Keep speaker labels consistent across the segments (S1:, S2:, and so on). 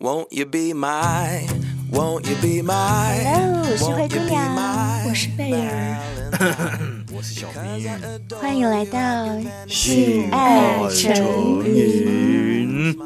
S1: Won't you be my? Won't you be my?
S2: Hello，我是
S1: won't you
S2: 灰姑
S1: be
S2: 娘
S1: my
S3: 我是贝儿，
S4: 我是小明，
S2: 欢迎来到
S4: 性
S2: 爱成
S4: 瘾。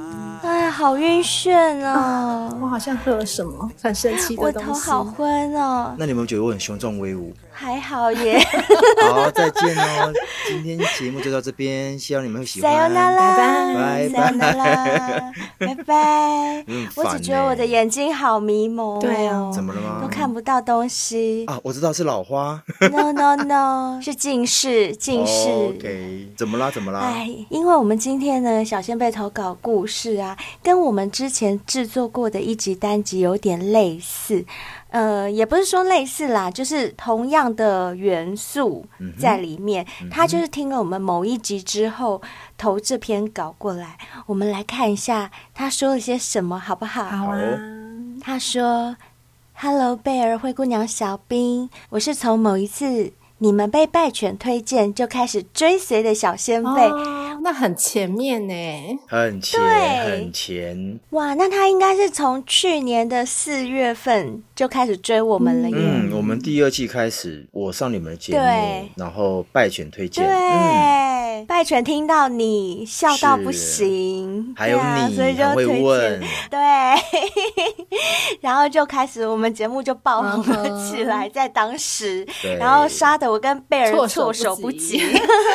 S2: 哎，好晕眩
S3: 我
S2: 哦，
S3: 好像喝了什么很神奇
S2: 我
S3: 的东西。啊
S2: 头好昏哦，
S4: 那你们觉得我很雄壮威武？
S2: 还好耶。
S4: 好，再见哦！今天节目就到这边，希望你们会喜
S2: 撒由
S4: 欢。
S2: 那拉，
S4: 拜拜
S2: 撒由那拉，拜拜
S4: 你很。
S2: 我
S4: 烦
S2: 只觉得我的
S4: 欸
S2: 眼睛好迷蒙哦，
S3: 对啊
S4: 怎么了吗
S2: 都看不到东西。
S4: 啊，我知道是老花。
S2: No no no，是 近视，近视。
S4: 哦 OK，怎么啦？怎么啦？
S2: 哎，因为我们今天呢，小仙贝投稿故事啊，跟我们之前制作过的一集单集有点类似，呃，也不是说类似啦，就是同样的元素在里面。他就是听了我们某一集之后投这篇稿过来，我们来看一下他说了些什么，好不好？
S3: 好
S4: 哦
S3: 啊，
S2: 他说：“Hello，贝儿、灰姑娘、小冰，我是从某一次你们被拜犬推荐就开始追随的小仙贝。
S3: 哦，那很前面呢。
S4: 很前，
S2: 对
S4: 很前。
S2: 哇，那他应该是从去年的四月份就开始追我们了耶。
S4: 嗯，我们第二季开始，我上你们的节目
S2: 对，
S4: 然后拜犬推荐。
S2: 对，
S4: 嗯，
S2: 拜犬听到你笑到
S4: 是
S2: 不行，
S4: 还有
S2: 对啊
S4: 你
S2: 所以就
S4: 很会
S2: 推荐
S4: 问
S2: 对， 然后就开始我们节目就爆红了起来，在当时
S4: 嗯对，
S2: 然后杀的我跟贝儿
S3: 措
S2: 措
S3: 手不
S2: 手不及
S3: 及。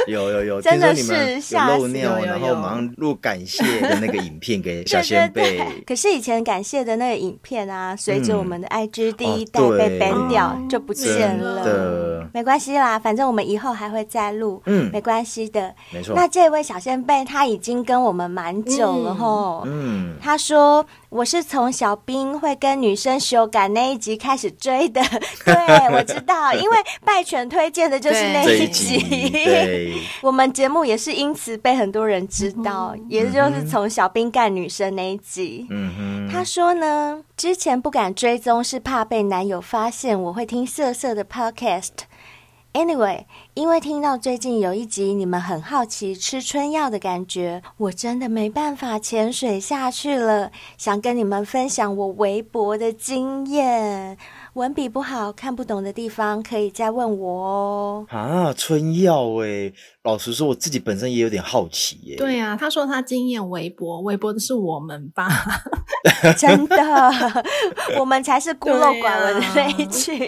S4: 有有有，听
S2: 真
S4: 说
S2: 的
S4: 你们
S2: 是
S4: 有
S2: 吓
S4: 漏
S2: 死
S4: 尿，
S3: 有有
S4: 然后
S3: 有
S4: 马上录感谢的那个影片给小
S2: 对
S4: 仙
S2: 对
S4: 贝。
S2: 对可是以前感谢的那个影片啊，随着我们的 IG 第一代
S4: 嗯哦
S2: 被
S4: 对
S2: ban 掉，就不见
S4: 真
S2: 了。
S4: 的，
S2: 没关系啦，反正我们以后还会再录，
S4: 嗯
S2: 没关系的。
S4: 没错。
S2: 那这位小先贝他已经跟我们蛮久了吼。
S4: 嗯，
S2: 他说：“我是从小兵会跟女生修改那一集开始追 的，对我知道，因为拜犬推荐的就是那
S4: 这
S3: 对
S4: 一集
S2: 集。
S4: 对，
S2: 我们节目也是因此被很多人知道，也就是从小兵干女生那一集。
S4: 嗯
S2: 她说呢，之前不敢追踪是怕被男友发现我会听色色的 podcast。Anyway，因为听到最近有一集你们很好奇吃春药的感觉，我真的没办法潜水下去了，想跟你们分享我微博的经验。文笔不好、看不懂的地方，可以再问我哦。
S4: 哼，啊，春药哎，老实说，我自己本身也有点好奇耶。
S3: 对啊，他说他经验微薄，微薄的是我们 吧？
S2: 真的，我们才是孤陋寡闻的那一群。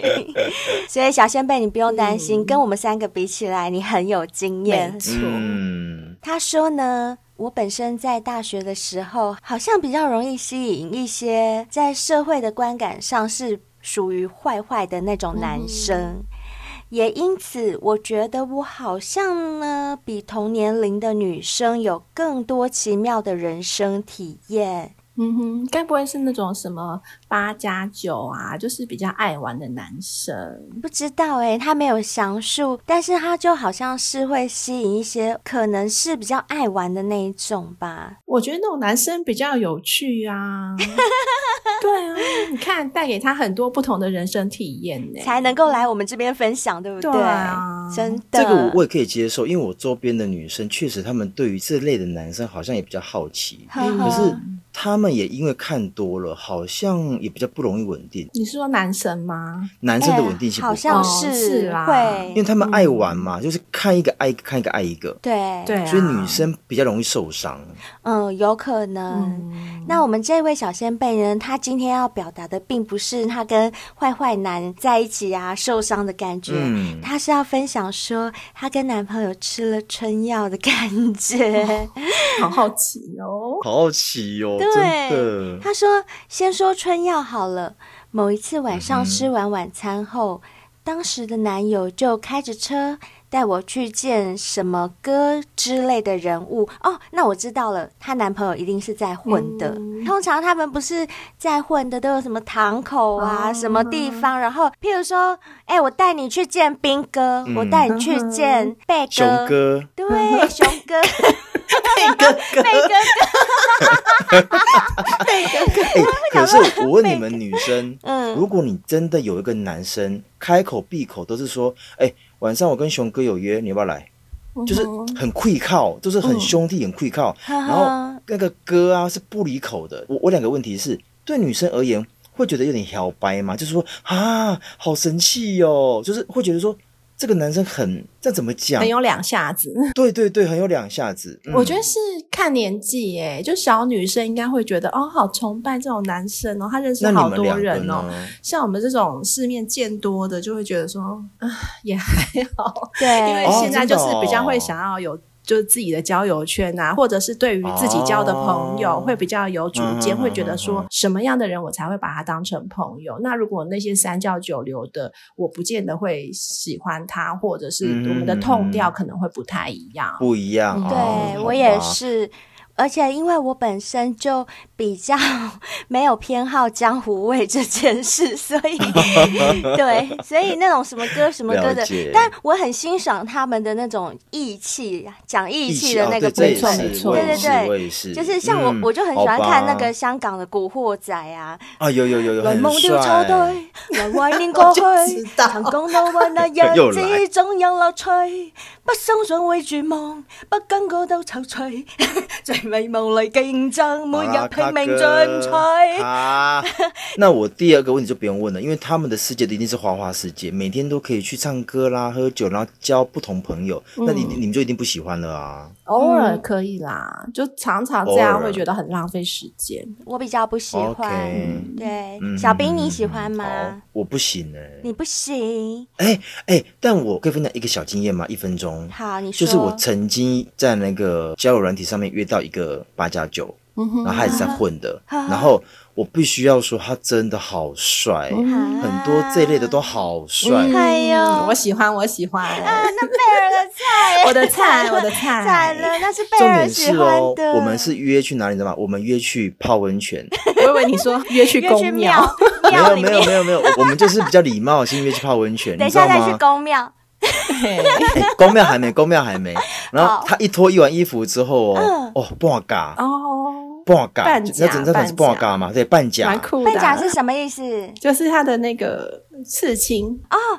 S2: 所以小仙贝，你不用担心，跟我们三个比起来，你很有经验
S3: 嗯没。错，
S4: 嗯，
S2: 他说呢。我本身在大学的时候，好像比较容易吸引一些在社会的观感上是属于坏坏的那种男生，
S3: 嗯
S2: 也因此我觉得我好像呢比同年龄的女生有更多奇妙的人生体验。
S3: 嗯哼，该不会是那种什么八加九啊，就是比较爱玩的男生？
S2: 不知道哎、他没有详述，但是他就好像是会吸引一些可能是比较爱玩的那一种吧。
S3: 我觉得那种男生比较有趣 啊。对啊，你看带给他很多不同的人生体验呢、
S2: 才能够来我们这边分享，对不对？
S3: 对啊
S2: 真的。
S4: 这个我我也可以接受，因为我周边的女生确实，她们对于这类的男生好像也比较好奇，
S2: 呵呵
S4: 可是她们也因为看多了，好像也比较不容易稳定，
S3: 你是说男生吗？
S4: 男生的稳定性
S2: 哎好
S4: 不
S2: 像
S4: 高，
S2: 是、
S3: 哦是啦
S4: 因
S2: 会，
S4: 为他们爱玩嘛，就是看一个爱一个，看一个爱一个，
S2: 嗯对，
S3: 对啊，
S4: 所以女生比较容易受伤。
S2: 嗯，有可能。
S3: 嗯，
S2: 那我们这位小先辈呢，他今天要表达的并不是他跟坏坏男在一起啊受伤的感觉，
S4: 嗯
S2: 她是要分享说她跟男朋友吃了春药的感 觉。
S3: 好好奇哦。
S4: 好好奇哦，
S2: 对
S4: 真的，
S2: 她说：“先说春药好了。某一次晚上吃完晚餐后，当时的男友就开着车带我去见什么哥之类的人物。哦，那我知道了，她男朋友一定是在混的。
S3: 嗯
S2: 通常他们不是在混的，都有什么堂口啊，
S3: 哦
S2: 什么地方。然后，譬如说，哎、我带你去见兵哥，
S3: 嗯
S2: 我带你去见贝
S4: 熊 哥，
S2: 对，熊 哥，贝哥哥，贝哥哥，
S4: 哎，可是我问你们女生，
S2: 嗯
S4: 如果你真的有一个男生开口闭口都是说，哎，晚上我跟
S2: 哦
S3: 嗯
S2: 嗯
S4: 熊哥有约，你要不要来？就是很愧靠，就是很兄弟，很愧靠。
S2: 呵
S4: 然后
S2: 呵，
S4: 那个歌啊是不离口的。我我两个问题是对女生而言会觉得有点摇摆吗？就是说啊，好神气哦，就是会觉得说这个男生很这怎么讲
S3: 很？有两下子。
S4: 对对对，很有两下子。嗯
S3: 我觉得是看年纪耶，就小女生应该会觉得哦，好崇拜这种男生哦，他认识
S4: 那
S3: 好
S4: 你们
S3: 多
S4: 两个
S3: 人哦。
S4: 呢？
S3: 像我们这种世面见多的，就会觉得说啊，也还好，
S2: 对，
S3: 因为
S4: 哦
S3: 现在就是比较会
S4: 真的哦
S3: 想要有。就是自己的交友圈啊，或者是对于自己交的朋友，
S4: 哦
S3: 会比较有主见，
S4: 嗯
S3: 会觉得说
S4: 嗯
S3: 什么样的人我才会把他当成朋友。那如果那些三教九流的，我不见得会喜欢他，或者是
S4: 嗯
S3: 我们的痛调
S4: 嗯嗯
S3: 可能会不太一样。
S4: 不一样。
S3: 嗯
S4: 哦
S2: 对
S4: 好
S2: 我也
S4: 吧
S2: 是，而且因为我本身就比较 没有偏好江湖味这件事，所以 对，所以那种什么歌什么歌的
S4: 了解，
S2: 但我很欣赏他们的那种义气，讲义
S4: 一
S2: 气
S4: 起
S2: 的
S4: 哦
S2: 那个
S4: 对
S2: 部
S4: 这
S2: 分。
S4: 也是
S3: 没错
S4: 我也
S2: 对对
S4: 是
S2: 对
S4: 我也是，
S2: 就是像我，
S4: 嗯
S2: 我就很喜欢
S4: 好吧
S2: 看那个香港的《古惑仔》啊，
S4: 啊，有有有有，
S2: 乱
S4: 很
S2: 梦丢
S4: 帅
S2: 抽堆，来怀念 過去，曾共到運那
S4: 又
S2: 日
S4: 來
S2: 子總有樂趣，不生想會絕望，不跟嗰度臭 趣，在美夢裏競爭，每日拼命進 取。
S4: 啊，那我第二个问题就不用问了，因为他们的世界一定是花花世界，每天都可以去唱歌啦、喝酒，然后交不同朋友，
S2: 嗯
S4: 那你你们就一定不喜欢了啊。
S3: 偶尔可以啦，就常常这样会觉得很浪费时间。
S2: 我比較不喜歡，
S4: OK，
S2: 對，
S4: 嗯，
S2: 小兵你喜歡
S4: 好
S2: 嗎？？
S4: 我不行哎、
S2: 你不行，
S4: 哎哎，但我可以分享一个小经验吗？一分钟。
S2: 好，你
S4: 就是我
S2: 說。
S4: 曾经在那个交友软体上面约到一个八加九，
S3: 嗯哼
S4: 然后他也是在混 的，然后我必须要说他真的好帅，
S2: 很
S4: 很多这一类的都好帅。
S2: 哎呦
S3: 嗯我喜欢，我喜欢，
S2: 啊那贝尔的菜，
S3: 我的 菜，我的菜，
S2: 菜了，那是贝
S4: 重
S2: 尔
S4: 点
S2: 喜
S4: 是
S2: 歡
S4: 哦
S2: 的。，
S4: 我们是约去哪里的嘛？我们约去泡温 泉，
S3: 我以为你说约去
S2: 约去
S3: 公
S2: 廟，
S4: 没
S2: 廟
S4: 有
S2: 里
S4: 没有
S2: 面，
S4: 没有没有，我们就是比较礼貌性约去泡温 泉，
S2: 等
S4: 你
S2: 一
S4: 知
S2: 下
S4: 道
S2: 再去
S4: 吗？
S2: 公廟。
S3: 嘿
S4: 哎公庙还没，公庙 还没。然
S2: 好
S4: 后他一脱衣完衣服之后
S2: 嗯
S4: 哦，哦，半嘎
S3: 哦，
S4: 半嘎，
S3: 半
S4: 就
S3: 甲
S4: 那整那整是半
S3: 半甲
S4: 嘎嘛？对，半甲
S3: 蛮。酷
S2: 半
S3: 的
S2: 甲
S3: 啊，
S2: 是什么意思？
S3: 就是他的那个刺青，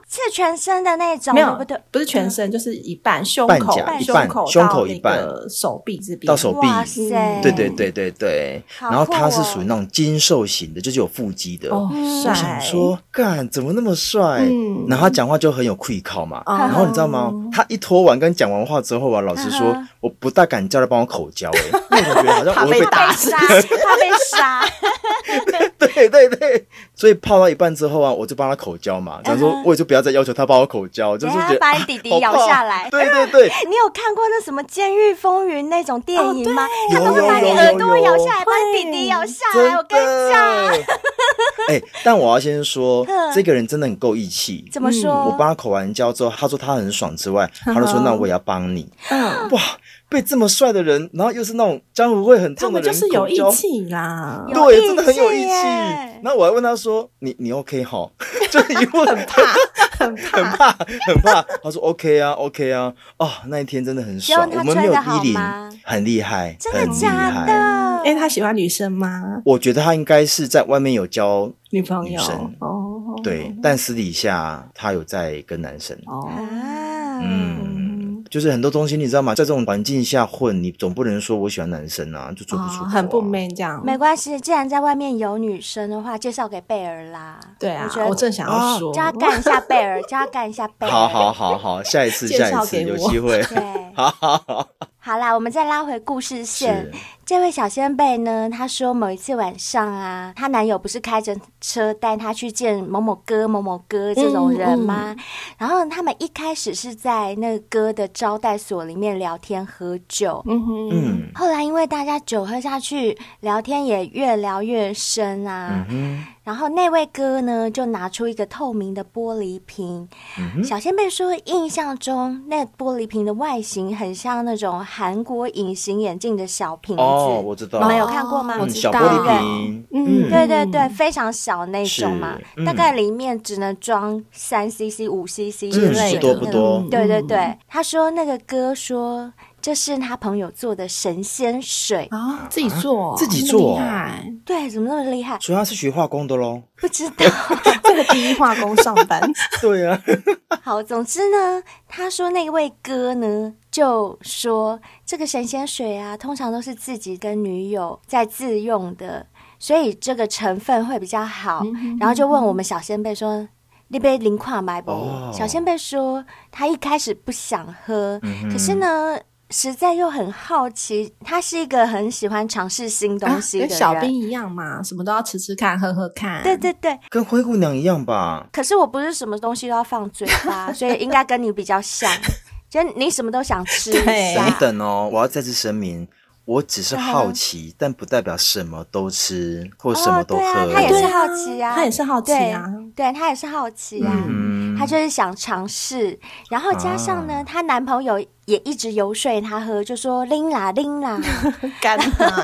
S2: 是全身的那种，
S3: 哦没
S2: 对
S3: 有
S2: 不对？，
S3: 不是全身，就是一半胸
S4: 半
S3: 口
S4: 甲，一
S3: 胸
S4: 半
S3: 口
S4: 胸
S3: 到
S4: 口
S3: 那
S4: 一半
S3: 个手臂这边
S4: 到手臂
S2: 哇塞，
S4: 对对对对对，
S2: 嗯好
S4: 然后
S2: 酷
S4: 他是
S2: 哦
S4: 属于那种精瘦型的，就是有腹肌的。
S3: 哦，
S4: 嗯我
S3: 帅
S4: 想，说，干怎么那么帅？
S3: 嗯
S4: 然后他讲话就很有愧靠嘛。
S3: 哦
S4: 然后你知道吗？他一脱完跟讲完话之后啊，老实说，
S2: 嗯哼
S4: 我不大敢叫他帮我口交、 欸，因为我觉得好像
S3: 怕
S4: 我会
S3: 被
S4: 被
S2: 被
S3: 打
S2: 杀，他被杀，
S4: 对对对，所以泡到一半之后啊，我就帮他口交嘛。想说，我也就不要再要求他帮我口交，就是
S2: 嗯等一
S4: 觉
S2: 下
S4: 得
S2: 把你弟弟
S4: 啊好
S2: 咬
S4: 怕
S2: 下来哎
S4: 对 对对，
S2: 你有看过那什么《监狱风云》那种电影吗？
S3: 哦
S2: 他
S4: 有
S2: 们会
S4: 有
S2: 把你
S4: 有
S2: 耳
S4: 有
S2: 朵
S4: 有
S2: 咬下来，把你弟弟咬下
S4: 真
S2: 来。
S4: 的。
S2: 我跟你讲，
S4: 哎、但我要 先说
S2: 嗯，
S4: 这个人真的很够义气。
S2: 怎么
S3: 嗯
S2: 说？
S4: 我帮他口完交之后，他说他很爽之外，他就说
S3: 嗯哼
S4: 那我也要帮你。
S3: 嗯，
S4: 哇，被这么帅的人，然后又是那种江湖味很
S3: 他
S4: 重的
S3: 们就
S4: 人，
S3: 是有义
S4: 口交，
S3: 气啦，
S2: 有
S4: 对，
S2: 义
S4: 真的很有
S2: 气
S4: 义气
S2: 耶。
S4: 然后我还问他说：“你你 OK 哈？” 就是一问很
S3: 怕很怕，
S4: 怕很怕，他说 OK 啊 OK 啊，哦，那一天真的很爽，
S2: 结果他
S4: 我们没有
S2: 穿得好
S4: 依零
S2: 吗，
S4: 很厉害，
S2: 真
S4: 很
S2: 的
S4: 厉
S2: 假
S4: 害。
S2: 的？
S3: 因为他喜欢女生吗？
S4: 我觉得他应该是在外面有交，
S3: 女朋友
S4: 女生
S3: 哦，
S4: 对，但私底下他有在跟男生。
S3: 哦，
S2: 啊，
S4: 嗯，就是很多东西你知道吗？在这种环境下混，你总不能说我喜欢男生啊，就做不出口
S3: 哦
S4: 啊、
S3: 很不 man 这样，
S2: 没关系，既然在外面有女生的话，介绍给贝尔啦。
S3: 对啊
S2: 我觉，
S3: 我
S2: 得
S3: 正想要说，
S2: 叫他干一下贝尔，叫他干一下贝尔。
S4: 好好好好，下一次
S3: 介
S4: 下
S3: 绍
S4: 一次
S3: 给
S4: 有
S3: 我
S4: 机会。
S2: 对，
S4: 好好好，
S2: 好啦，我们再拉回故事线
S4: 是。
S2: 这位小先辈呢，他说某一次晚上啊，她男友不是开着车带她去见某某哥、某某哥这种人
S4: 嗯
S2: 吗？然后他们一开始是在那个哥的招待所里面聊天喝酒，
S3: 嗯哼，
S4: 嗯
S2: 后来因为大家酒喝下去，聊天也越聊越深啊。
S4: 嗯哼，
S2: 然后那位哥呢，就拿出一个透明的玻璃瓶。
S4: 嗯
S2: 小仙贝说，印象中那玻璃瓶的外形很像那种韩国隐形眼镜的小瓶子。
S4: 哦，我知道，
S2: 你们有看过吗？
S3: 我
S4: 嗯
S3: 知
S4: 小
S3: 道
S4: 玻璃瓶，
S3: 嗯
S2: 对对对，非常小那种嘛，
S4: 是嗯
S2: 大概里面只能装三 CC、五 CC 之
S4: 嗯，
S2: 类
S4: 是
S2: 的。
S4: 多不多
S3: 嗯？
S2: 对对对，他说那个哥说这是他朋友做的神仙水。
S3: 啊，自己做，
S4: 自己做
S2: 哦
S3: 那么厉害
S2: 对，怎么那么厉害？
S4: 所以他是学化工的喽。
S2: 不知道。
S3: 这个第一化工上 班，
S4: 对啊，
S2: 好，总之呢，他说那位哥呢，就说这个神仙水啊，通常都是自己跟女友在自用的，所以这个成分会比较好。
S3: 嗯
S2: 然后就问我们小仙贝说。那杯零跨买不？
S4: 哦
S2: 小仙贝说，他一开始不想喝，
S4: 嗯哼
S2: 可是呢，实在又很好奇。他是一个很喜欢尝试新东西的人，
S3: 跟啊小兵一样嘛，什么都要吃吃看，喝喝看。
S2: 对对对。
S4: 跟灰姑娘一样吧？
S2: 可是我不是什么东西都要放嘴 巴，所以应该跟你比较像，就是你什么都想吃一
S3: 对
S2: 下
S4: 等。等哦，我要再次声明，我只是好奇，但不代表什么都吃或什么都
S2: 哦、
S4: 喝。
S2: 对啊，他也
S3: 对
S2: 是
S3: 啊
S2: 好奇啊，
S3: 他也是好奇啊
S2: 对，对他也是好奇啊，
S4: 嗯
S2: 他就是想尝试，然后加上呢，
S4: 啊
S2: 她、男朋友也一直游说她喝，就说拎啦拎 啦，
S3: 干
S2: 啊
S3: 嘛？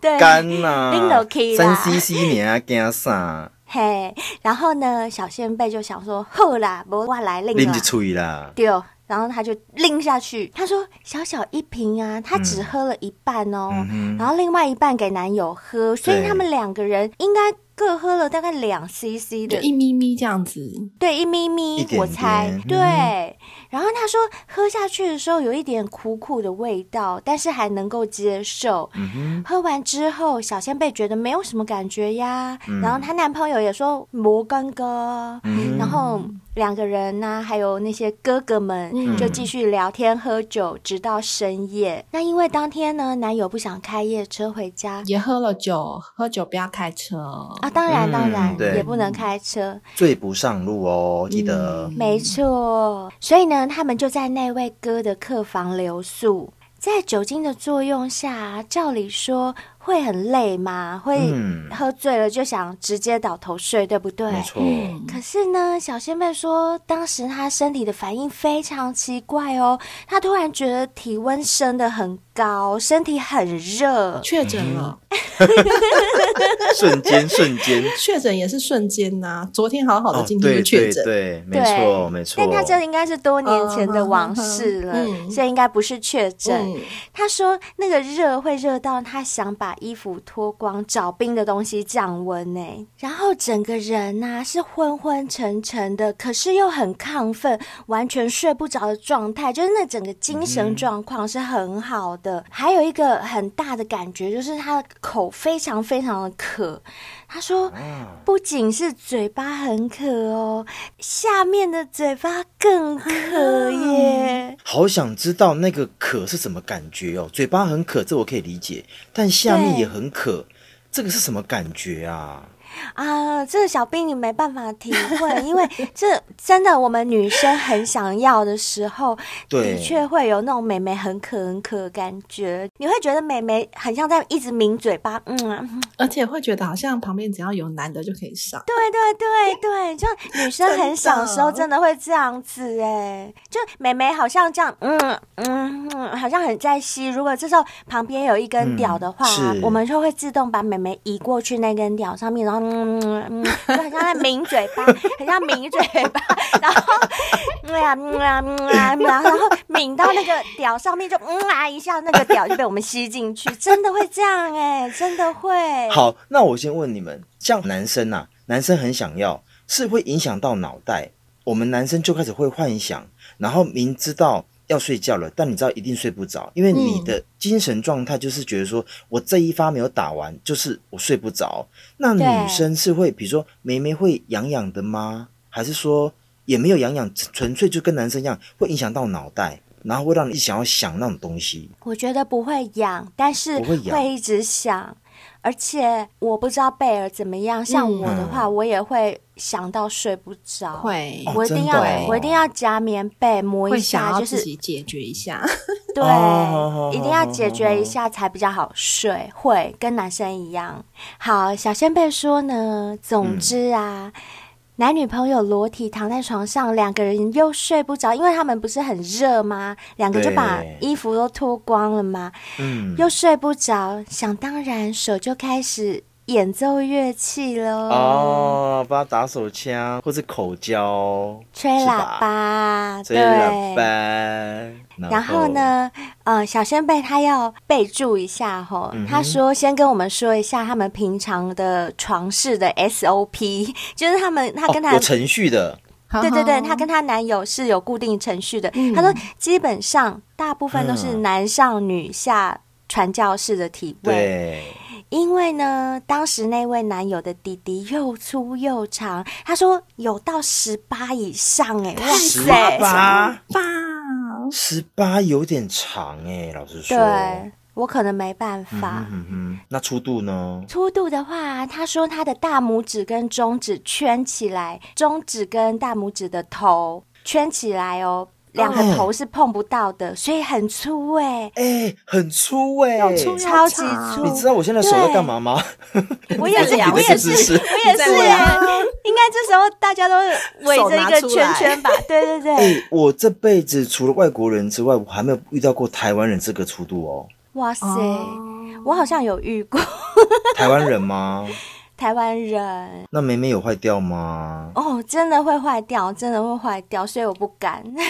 S2: 对，
S4: 干呐、
S2: 拎落去啦
S4: 三 CC 你啊，干啥？
S2: 嘿，然后呢，小仙贝就想说，好啦，不我来拎
S4: 拎
S2: 啦
S4: 不，吹啦。
S2: 对，然后他就拎下去，他说小小一瓶啊，他只喝了一半哦。
S4: 嗯
S2: 然
S4: 哼，
S2: 后另外一半给男友喝，所以
S4: 对
S2: 他们两个人应该各喝了大概两 CC
S3: 就
S2: 的
S3: 一咪咪这样子，
S2: 对，一咪
S4: 一
S2: 咪，
S4: 点嗯
S2: 我猜
S4: 点
S2: 对。然后他说喝下去的时候有一点苦苦的味道，但是还能够接受。
S4: 嗯
S2: 喝完之后，小仙贝觉得没有什么感觉呀。然后她男朋友也说摩根哥，
S4: 嗯
S2: 然后两个人呢、还有那些哥哥们、
S4: 嗯
S2: 就继续聊天喝酒，直到深夜。那因为当天呢，男友不想开夜车回家。
S3: 也喝了酒，喝酒不要开车。
S2: 啊，当然，当
S4: 嗯
S2: 然、
S4: 对
S2: 也不能开车。
S4: 醉不上路哦，记得。
S2: 没错，所以呢，他们就在那位哥的客房留宿。在酒精的作用下，照理说会很累嘛，会
S4: 嗯
S2: 喝醉了就想直接倒头睡，对不对？
S4: 没错，
S2: 可是呢，小仙妹说，当时她身体的反应非常奇怪哦，她突然觉得体温升得很高，身体很热，
S3: 确诊了，
S4: 嗯瞬间瞬 间，
S3: 确诊也是瞬间呐、昨天好好的，
S4: 哦，
S3: 今天
S4: 对
S3: 就确
S4: 对
S3: 诊。
S4: 对，没
S2: 对，
S4: 错没错。
S2: 但她这应该是多年前的往事了，
S3: 嗯哼哼哼嗯
S2: 所以应该不是确诊。
S3: 嗯
S2: 他说那个热会热到他想把衣服脱光，找冰的东西降温呢、然后整个人呐、是昏昏沉沉的，可是又很亢奋，完全睡不着的状态，就是那整个精神状况是很好的。还有一个很大的感觉就是他的口非常非常的渴。他说，
S4: 啊
S2: 不仅是嘴巴很渴哦，下面的嘴巴更渴耶。
S4: 好想知道那个渴是什么感觉哦，嘴巴很渴，这我可以理解，但下面
S2: 对
S4: 也很渴，这个是什么感觉啊？
S2: 啊，这个小兵你没办法体会，因为这真的我们女生很想要的时候，
S4: 对
S2: 的确会有那种美眉很渴很渴的感觉，你会觉得美眉很像在一直抿嘴巴，嗯，嗯
S3: 而且会觉得好像旁边只要有男的就可以上。
S2: 对对对对，就女生很想的时候真的会这样子哎，就美眉好像这样，嗯嗯嗯，好像很在吸，如果这时候旁边有一根屌的话、
S4: 嗯是
S2: 我们就会自动把美眉移过去那根屌上面，然后嗯嗯，嗯就很像在抿嘴巴，很像抿嘴巴，然后嗯啊嗯啊嗯啊，嗯啊然后抿到那个屌上面就嗯啊一下，那个屌就被我们吸进去，真的会这样哎，真的会。
S4: 好，那我先问你们，像男生啊，男生很想要，是会影响到脑袋，我们男生就开始会幻想，然后明知道要睡觉了，但你知道一定睡不着，因为你的精神状态就是觉得说我这一发没有打完，就是我睡不着。那
S2: 对
S4: 女生是会，比如说梅梅会痒痒的吗？还是说也没有痒痒，纯粹就跟男生一样，会影响到脑袋，然后会让你想要想那种东西？
S2: 我觉得不会痒，但是
S4: 不会痒
S2: 会一直想，而且我不知道贝尔怎么样。像我
S4: 嗯
S2: 的话，我也会想到睡不着，
S3: 会
S4: 哦
S2: 我一定要、
S4: 真的哦
S2: 我一定要加棉被摸
S3: 会
S2: 一
S3: 想
S2: 下，
S3: 要
S2: 就
S3: 自
S2: 是
S3: 己解决一下，
S2: 对、
S4: 哦
S2: 一定要解决一下才比较好睡，会跟男生一样。好，小仙贝说呢，总之啊。
S4: 嗯
S2: 男女朋友裸体躺在床上，两个人又睡不着，因为他们不是很热吗？两个就把
S4: 对
S2: 衣服都脱光了嘛。
S4: 嗯，
S2: 又睡不着，想当然手就开始演奏乐器喽，
S4: 哦，帮他打手枪或是口交，
S2: 吹
S4: 是
S2: 喇
S4: 吧，
S2: 叭，
S4: 吹
S2: 对。
S4: 喇叭，
S2: 然后？呢，呃，小仙贝他要备注一下吼，
S4: 嗯
S2: 他说先跟我们说一下他们平常的床事的 SOP，就是 他们他
S4: 哦
S2: 跟他、
S4: 有程序的，
S2: 对对
S3: 啊
S2: 对，她跟她男友是有固定程序的。她说，基本上大部分都是
S4: 嗯
S2: 男上女下传教士的体位，
S4: 对，
S2: 因为呢，当时那位男友的弟弟又粗又长，他说有到十八以上、哎，哇
S4: 十
S2: 塞，
S4: 八，
S3: 爸，
S4: 十八有点长哎，老实说。
S2: 对我可能没办法。
S4: 嗯哼，那粗度呢？
S2: 粗度的话，他说他的大拇指跟中指圈起来，中指跟大拇指的头圈起来哦，两个
S4: 哦
S2: 头是碰不到的，所以很粗哎、
S4: 哎，很粗哎，
S3: 要粗要
S2: 超级
S3: 长
S2: 粗
S4: 你知道我现在手在干嘛吗？
S2: 我也是，
S4: 你
S2: 我
S4: 的
S2: 也
S4: 是
S2: 是，
S4: 姿势。
S2: 我也是
S3: 你在
S2: 耶、
S3: 玩啊
S2: 应该这时候大家都围着一个圈圈吧？对对
S4: 哎、
S2: 对，
S4: 我这辈子除了外国人之外，我还没有遇到过台湾人这个粗度哦。
S2: 哇塞，
S3: 哦
S2: 我好像有遇过
S4: 台湾人吗？
S2: 台湾人
S4: 那梅梅有坏掉吗？
S2: 哦，真的会坏掉，真的会坏掉，所以我不敢。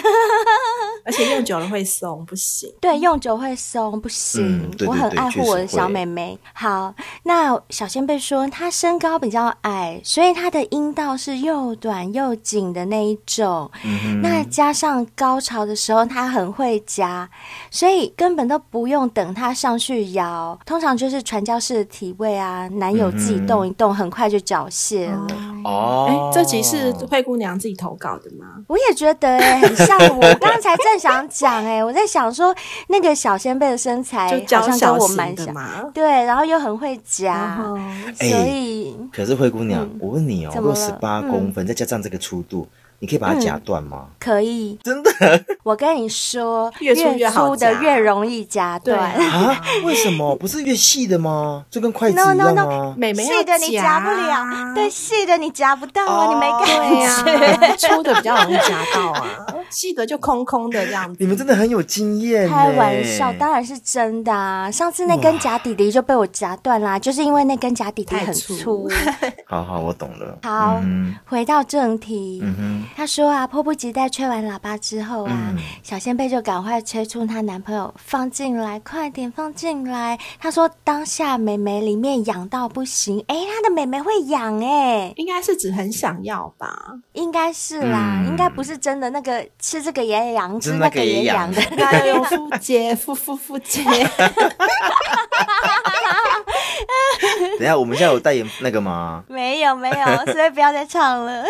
S3: 而且用久了会松，不行。
S2: 对，用久会松，不行。
S4: 嗯对对
S2: 我很
S4: 对
S2: 爱
S4: 确
S2: 护我
S4: 实
S2: 的小
S4: 会
S2: 妹妹。好，那小仙贝说她身高比较矮，所以她的阴道是又短又紧的那一种。
S4: 嗯
S2: 那加上高潮的时候，她很会夹，所以根本都不用等她上去摇，通常就是传教士的体位啊，男友自己
S4: 嗯哼
S2: 动一动，很快就缴械了。
S3: 哎、
S4: 哦，
S3: 这集是灰姑娘自己投稿的吗？
S2: 我也觉得、欸、很像 我，我刚才正想讲哎、我在想说那个小仙贝的身材
S3: 就
S2: 哎好
S3: 娇
S2: 像
S3: 小
S2: 跟我蛮
S3: 型的
S2: 像，
S3: 嘛。嗯
S2: 对，然后又很会夹，
S3: 然后
S4: 哎
S2: 所以
S4: 可是灰姑娘，
S2: 嗯
S4: 我问你哦，
S2: 怎
S4: 如
S2: 么
S4: 果
S2: 了嗯
S4: 十八公分、再加上这个粗度，你可以把它夹断吗？
S2: 可以。
S4: 真的
S2: 我跟你说，
S3: 越粗越好
S2: 粗的
S3: 夹
S2: 越容易夹
S3: 对
S2: 断。
S4: 啊？为什 么？不是越细的吗？就跟筷子一
S2: No,
S4: 样
S2: no,
S4: 吗
S2: no
S3: 美眉 要
S2: 细的你夹不 了，对，细的你夹不到啊，
S4: 哦
S2: 你没
S3: 对啊
S2: 感觉。
S3: 呀、粗的比较容易夹到啊，细的就空空的这样子。
S4: 你们真的很有经验呢。
S2: 开玩笑，当然是真的啊！上次那根假底底就被我夹断啦，就是因为那根假底底
S3: 太
S2: 很
S3: 粗
S2: 粗。
S4: 好好，我懂了。
S2: 好
S4: 嗯哼
S2: 回到正题，
S4: 嗯哼，
S2: 她说啊，迫不及待吹完喇叭之后啊，
S4: 嗯
S2: 小仙贝就赶快催促她男朋友放进来，快点放进来。她说当下美眉里面痒到不行，诶，她的美眉会痒诶，
S3: 应该是指很想要吧？
S2: 应该是啦，
S4: 嗯
S2: 应该不是真的那个吃这个也痒，吃
S4: 吃
S2: 那
S4: 那
S2: 个
S4: 个
S2: 也
S4: 也
S2: 痒
S4: 痒
S2: 的。
S3: 应该要用腹肌，腹腹 腹肌。
S4: 等一下我们现在有代言那个吗？
S2: 没有没 有，所以不要再唱了。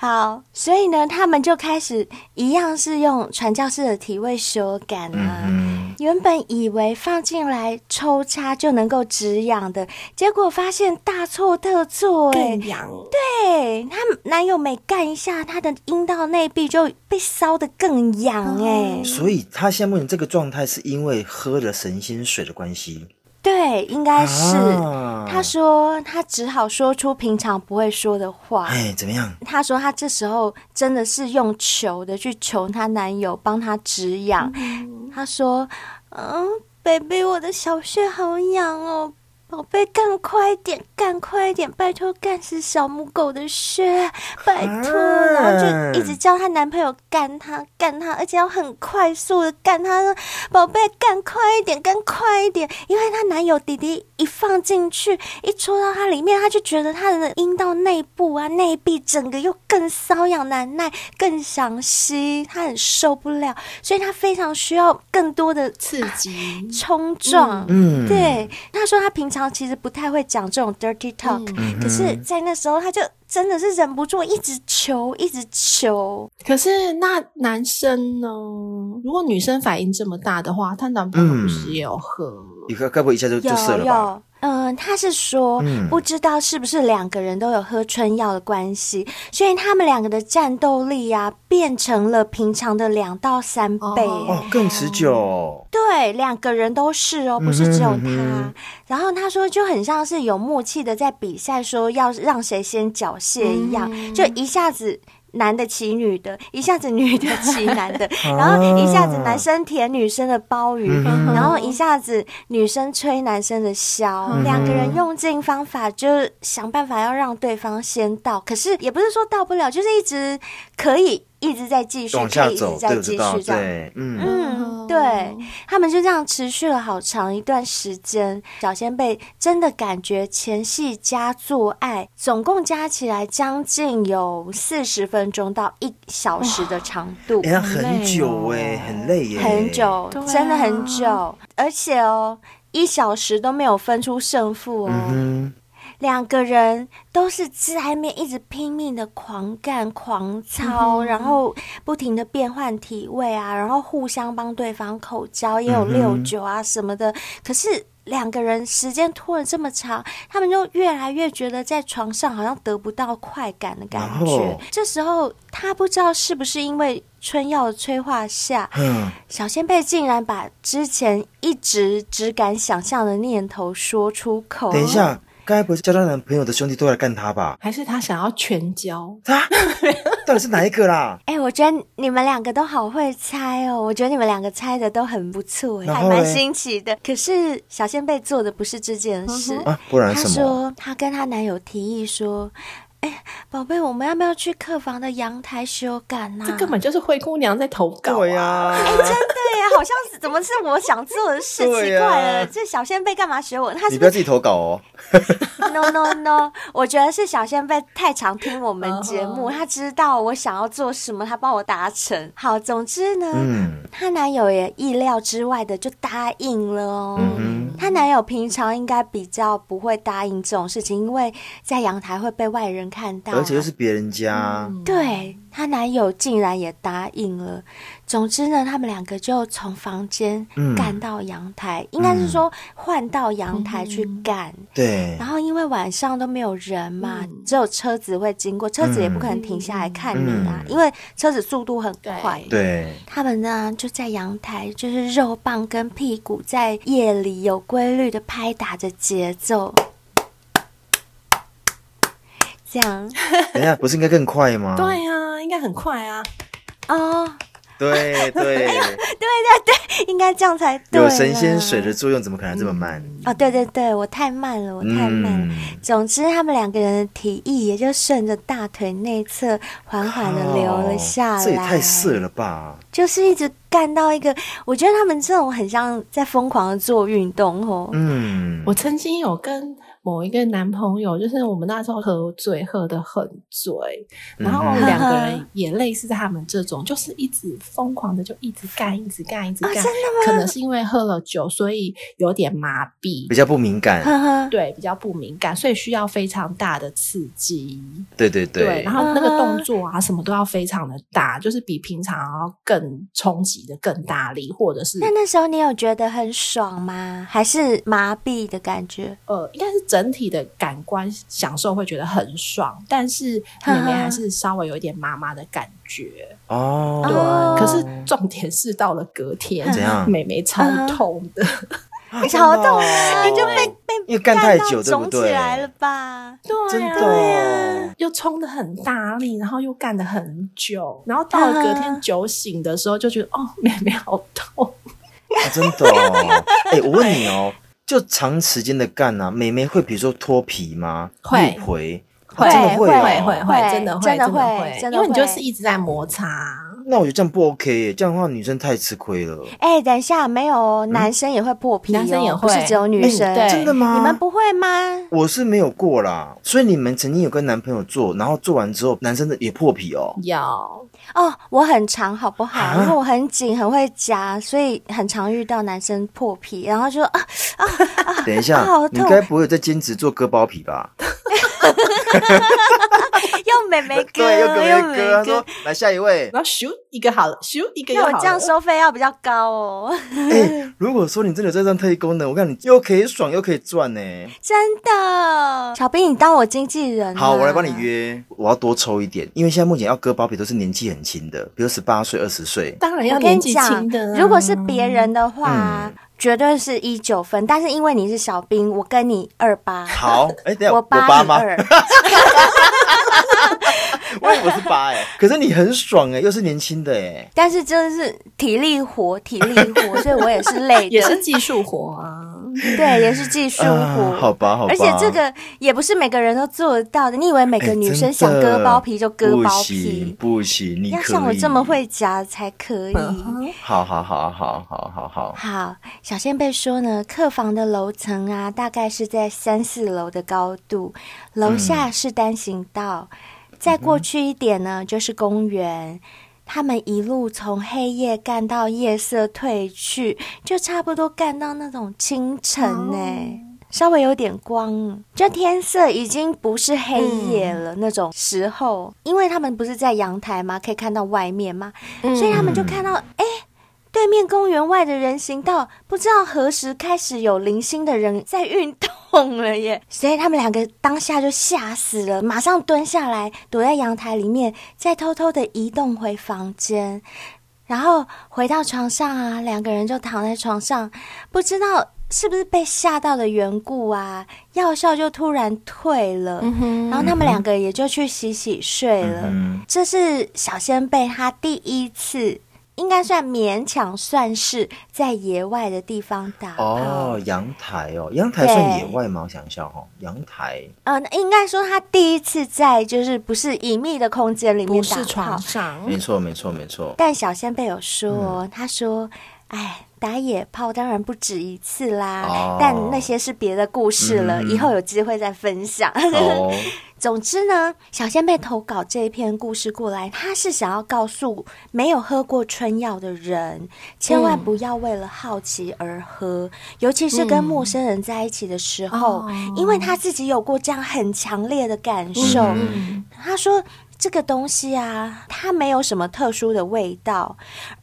S2: 好，所以呢，他们就开始一样是用传教士的体位修感啊。
S4: 嗯，
S2: 原本以为放进来抽插就能够止痒的，结果发现大错特错、哎
S3: 更，痒，
S2: 对，她男友每干一下，她的阴道内壁就被烧得更痒、哎、
S4: 所以她现在目前这个状态是因为喝了神仙水的关系。
S2: 对，应该是。
S4: 啊
S2: 她说她只好说出平常不会说的话。
S4: 哎，怎么样？
S2: 她说她这时候真的是用求的去求她男友帮她止痒。她说：“嗯，baby，我的小穴好痒哦，宝贝，干快一点，干快一点，拜托干死小母狗的穴，拜托。
S4: 啊
S2: 然后就一直叫她男朋友干她，干她，而且要很快速的干她，宝贝，干快一点，干快一点，因为她男友弟弟一放进去，一戳到她里面，她就觉得她的阴道内部啊、内壁整个又更瘙痒难耐，更想吸，她很受不了，所以她非常需要更多的
S3: 刺 激。
S2: 冲撞。
S4: 嗯，
S2: 对，她说她平常其实不太会讲这种 dirty talk，、
S4: 嗯哼
S2: 可是，在那时候她就真的是忍不住一直求，一直求。
S3: 可是那男生呢？如果女生反应这么大的话，她男朋友不是也有喝？
S4: 你该该不会一下就就射了吧？
S2: 有。嗯，他是说、
S4: 嗯
S2: 不知道是不是两个人都有喝春药的关系，所以他们两个的战斗力呀、变成了平常的两到三倍。
S3: 哦
S4: 哦，更持久。
S2: 对，两个人都是哦，不是只有他。
S4: 嗯哼嗯
S2: 然后他说，就很像
S4: 嗯
S2: 是有默契的在比赛，说要让谁先缴械一样，就一下子男的骑女的，一下子女的骑男 的，然后一下子男生舔女生的鲍鱼，
S4: 嗯
S2: 然后一下子女生吹男生的箫，
S4: 嗯
S2: 两个人用尽方法，就是想办法要让对方先到。可是也不是说到不了，就是一直可以一直在继续，
S4: 往
S2: 可
S4: 下
S2: 以一直
S4: 走，
S2: 在
S4: 对不
S2: 继
S4: 知道？
S2: 续这样。
S4: 对，嗯，
S2: 嗯，对他们就这样持续了好长一段时间。小先辈真的感觉前戏加做爱，总共加起来将近有四十分钟到一小时的长度
S4: 哎，，那很久
S3: 累
S4: 哎，
S3: 哦
S4: 很累耶，
S2: 很久，
S3: 对啊
S2: 真的很久。而且哦，一小时都没有分出胜负哦。
S4: 嗯
S2: 两个人都是在面一直拼命的狂干狂
S4: 嗯
S2: 操，然后不停的变换体位啊，然后互相帮对方口交，也有
S4: 嗯哼
S2: 六九啊什么的。可是两个人时间拖了这么长，他们就越来越觉得在床上好像得不到快感的感觉
S4: 哦。
S2: 这时候他不知道是不是因为春药的催化下，
S4: 哼，嗯，
S2: 小仙贝竟然把之前一直只敢想象的念头说出口。
S4: 等一下，该不会交到男朋友的兄弟都来干他吧？
S3: 还是他想要全交？
S4: 他到底是哪一个啦？
S2: 哎、我觉得你们两个都好会猜哦，我觉得你们两个猜的都很不错，哎，
S4: 然
S2: 还
S4: 后
S2: 蛮
S4: 嘞
S2: 新奇的。可是小仙贝做的不是这件事，
S4: 啊，不然
S2: 她
S4: 什么？
S2: 说她跟她男友提议说：“哎、宝贝，我们要不要去客房的阳台修啊改呢、
S3: 这根本就是灰姑娘在投稿、
S4: 对呀、
S3: 啊，
S2: 哎对呀、好像是怎么是我想做的事？
S4: 对
S2: 奇怪了，
S4: 啊
S2: 这小仙贝干嘛学我？他
S4: 你
S2: 是
S4: 不
S2: 不
S4: 要
S2: 是
S4: 自己投稿哦。
S2: no no no？我 觉得是小仙贝太常听我们节
S3: 哦
S2: 目，她知道我想要做什么，她帮我达成。好，总之呢，
S4: 嗯
S2: 她男友也意料之外的就答应了哦。
S4: 嗯
S2: 她男友平常应该比较不会答应这种事情，因为在阳台会被外人看到
S4: 哼，
S2: 啊、
S4: 嗯而且又是别人家，
S2: 嗯
S3: 嗯
S2: 对她男友竟然也答应了。总之呢，他们两个就从房间
S4: 嗯
S2: 干到阳台，应该是说换到阳台去干。
S4: 嗯对
S2: 然，后因为晚上都没有人嘛，
S4: 嗯
S2: 只有车子会经过，车子也不可能停下来看你啊，
S4: 嗯
S2: 因为车子速度很快。
S3: 对
S4: 对，
S2: 他们呢就在阳台，就是肉棒跟屁股在夜里有规律的拍打着节奏，这样
S4: 等一下不是应该更快吗？
S3: 对呀、应该很快啊。
S2: 哦，
S4: 对 对，
S2: 应该这样才对啦。
S4: 有神仙水的作用，怎么可能这么慢？
S2: 哦，对对对，我太慢了，我太慢了。
S4: 嗯
S2: 总之，他们两个人的提议也就顺着大腿内侧缓缓的流了下来。
S4: 哦啊这也太色了吧！
S2: 就是一直干到一个，我觉得他们这种很像在疯狂的做运动哦。
S4: 嗯，
S3: 我曾经有跟某一个男朋友，就是我们那时候喝醉，喝得很醉，然后
S4: 嗯
S3: 两个人也类似他们这种，就是一直疯狂的就一直干，一直干，一直干。
S2: 啊真的
S3: 可能是因为喝了酒，所以有点麻痹
S4: 比，较不敏感，
S2: 呵呵，
S3: 对，比较不敏感，所以需要非常大的刺激。
S4: 对对对
S3: 然，后那个
S2: 嗯
S3: 动作啊，什么都要非常的大，就是比平常要更冲击的更大力，或者是
S2: 那
S4: 嗯
S2: 那时候你有觉得很爽吗？还是麻痹的感觉？
S3: 呃，应该是整体的感官享受会觉得很爽，但是里面
S2: 嗯
S3: 还是稍微有一点麻麻的感觉。
S4: 哦，
S3: 对，
S2: 哦
S3: 可是重点是到了隔天，
S4: 怎样
S3: 美眉超
S2: 嗯
S3: 痛的，
S4: 啊
S2: 超痛啊，就被被
S4: 因为干太久，对不
S2: 肿起
S4: 对？
S2: 来了吧？
S3: 对
S4: 真
S3: 啊
S4: 的哦，
S3: 又冲的很大力，然后又干的很久，然后到了隔
S2: 嗯
S3: 天酒醒的时候就觉得，哦，妹妹好痛，
S4: 啊真的哦。哎，我问你哦，就长时间的干啊，美眉会比如说脱皮吗？
S3: 会
S4: 入回，
S3: 会
S4: 啊真的
S2: 会
S4: 哦
S3: 会会
S2: 会
S3: 真的
S2: 真的
S3: 真的
S2: 会真的
S3: 因为你
S2: 会
S3: 就是一直在摩擦，
S4: 那我觉得这样不 OK 耶，这样的话女生太吃亏了。
S2: 哎、等一下，没有
S4: 嗯
S2: 哦，男生也会破皮、哦，
S3: 男生也会
S2: 不是只有女生。
S3: 嗯对
S4: 哎真的吗？
S2: 你们不会吗？
S4: 我是没有过啦，所以你们曾经有跟男朋友做，然后做完之后，男生的也破皮 哦。
S3: 要
S2: 哦，我很长，好不好？
S4: 啊
S2: 因为我很紧，很会夹，所以很常遇到男生破皮，然后就 啊，
S4: 等一下，
S2: 啊好痛
S4: 你该不会有在兼职做割包皮吧？
S2: 又美眉哥，
S4: 对，又割
S2: 又美
S4: 没
S2: 眉
S4: 割。他说：“来下一位。
S3: 然后咻一个好了，咻一个又
S2: 那
S3: 好
S2: 我
S3: 了，
S2: 这样收费要比较高哦，
S4: 哎，如果说你真的有在上特异功能，我看你又可以爽又可以赚呢、
S2: 真的。小兵，你当我经纪人、啊
S4: 好，我来帮你。约，我要多抽一点，因为现在目前要割包皮都是年纪很轻的，比如十八岁、二十岁。
S3: 当然
S2: 我
S3: 要
S2: 跟
S3: 年
S2: 你
S3: 纪
S2: 讲
S3: 轻的、，啊
S2: 如果是别人的话，
S4: 嗯
S2: 绝对是一九分，但是因为你是小兵，我跟你二八，
S4: 好，哎、等一下
S2: 我
S4: 我
S2: 八
S4: 八
S2: 你
S4: 吗？
S2: 二，
S4: 我以为我是八哎、可是你很爽哎、又是年轻的哎、
S2: 但是就是体力活，体力活，所以我也是累的，
S3: 也是技术活啊。
S2: 对，也是技术活、
S4: 啊好吧好吧
S2: 而且这个也不是每个人都做得到的。你以为每
S4: 哎
S2: 个女
S4: 真
S2: 生
S4: 的
S2: 想割包皮就割包皮？
S4: 不行不行，你
S2: 要
S4: 可以
S2: 像我这么，会夹才可以。
S3: 嗯
S4: 好好好好好好好，
S2: 好，小仙贝说呢，客房的楼层啊，大概是在三四楼的高度，楼下是单行道，再过去一点呢就是公园。他们一路从黑夜干到夜色退去，就差不多干到那种清晨呢、稍微有点光，就天色已经不是黑夜了、那种时候，因为他们不是在阳台吗？可以看到外面吗？所以他们就看到，哎、对面公园外的人行道，不知道何时开始有零星的人在运动了耶！ 所以他们两个当下就吓死了，马上蹲下来，躲在阳台里面，再偷偷的移动回房间。然后回到床上啊，两个人就躺在床上，不知道是不是被吓到的缘故啊，药效就突然退了，然后他们两个也就去洗洗睡了。
S4: 嗯哼，
S2: 这是小仙贝他第一次，应该算勉强算是在野外的地方打炮。
S4: 哦，阳台哦，阳台算野外吗？我想一下哦，阳台
S2: 呃，应该说他第一次在就是不是隐秘的空间里面
S3: 不
S2: 打
S3: 是
S2: 炮嗯
S3: 床。上，
S4: 没错没错没错，
S2: 但小仙贝有说哦、他说：“哎，打野炮当然不止一次啦，
S4: 哦
S2: 但那些是别的故事了，
S4: 嗯
S2: 以后有机会再分享。
S4: 哦，
S2: 总之呢，小仙贝投稿这一篇故事过来，他是想要告诉没有喝过春药的人，千万不要为了好奇而喝，尤其是跟陌生人在一起的时候，
S3: 哦
S2: 因为他自己有过这样很强烈的感受。
S4: 嗯
S2: 他说这个东西啊，它没有什么特殊的味道，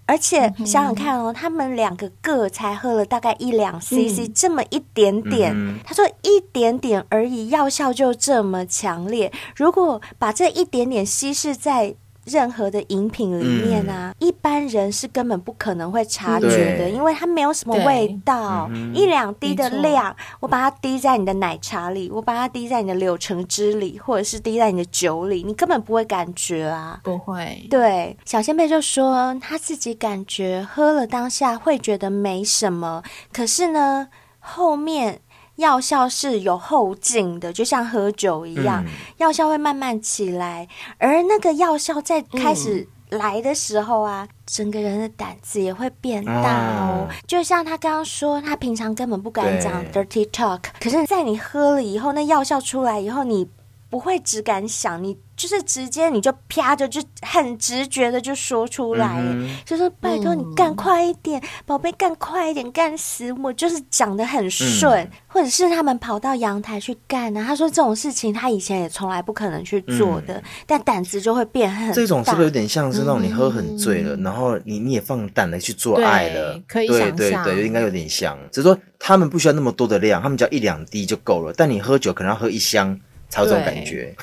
S2: 而
S4: 嗯
S2: 且想想看哦，他们两个各才喝了大概一两 CC，、这么一点点。
S4: 嗯
S2: 他说一点点而已，药效就这么强烈。如果把这一点点稀释在任何的饮品里面啊，一般人是根本不可能会察觉的，
S4: 嗯对嗯
S2: 因为它没有什么味道，一两滴的量，我把它滴在你的奶茶里，我把它滴在你的柳橙汁里，或者是滴在你的酒里，你根本不会感觉啊。
S3: 不会。
S2: 对，小仙贝就说他自己感觉喝了当下会觉得没什么，可是呢，后面药效是有后劲的，就像喝酒一样，
S4: 嗯
S2: 药效会慢慢起来，而那个药效在开
S4: 嗯
S2: 始来的时候啊，整个人的胆子也会变大哦。
S4: 啊
S2: 就像他刚刚说，他平常根本不敢讲
S4: 对
S2: dirty talk，可是，在你喝了以后，那药效出来以后，你不会只敢想，你就是直接你就啪就就很直觉的就说出来耶。
S4: 嗯
S2: 就说拜托你干快一点，宝贝干快一点，干死我！就是讲的很顺，
S4: 嗯
S2: 或者是他们跑到阳台去干啊。他说这种事情他以前也从来不可能去做的，但胆子就会变很大。
S4: 嗯这种是不是有点像是那种你喝很醉了，然后你你也放胆的去做爱了
S3: 对？可
S4: 嗯
S3: 以
S4: 对
S3: 想
S4: 对
S3: 象
S4: 对，应该有点像，只是说他们不需要那么多的量，他们只要一两滴就够了。但你喝酒可能要喝一箱才有这种感觉。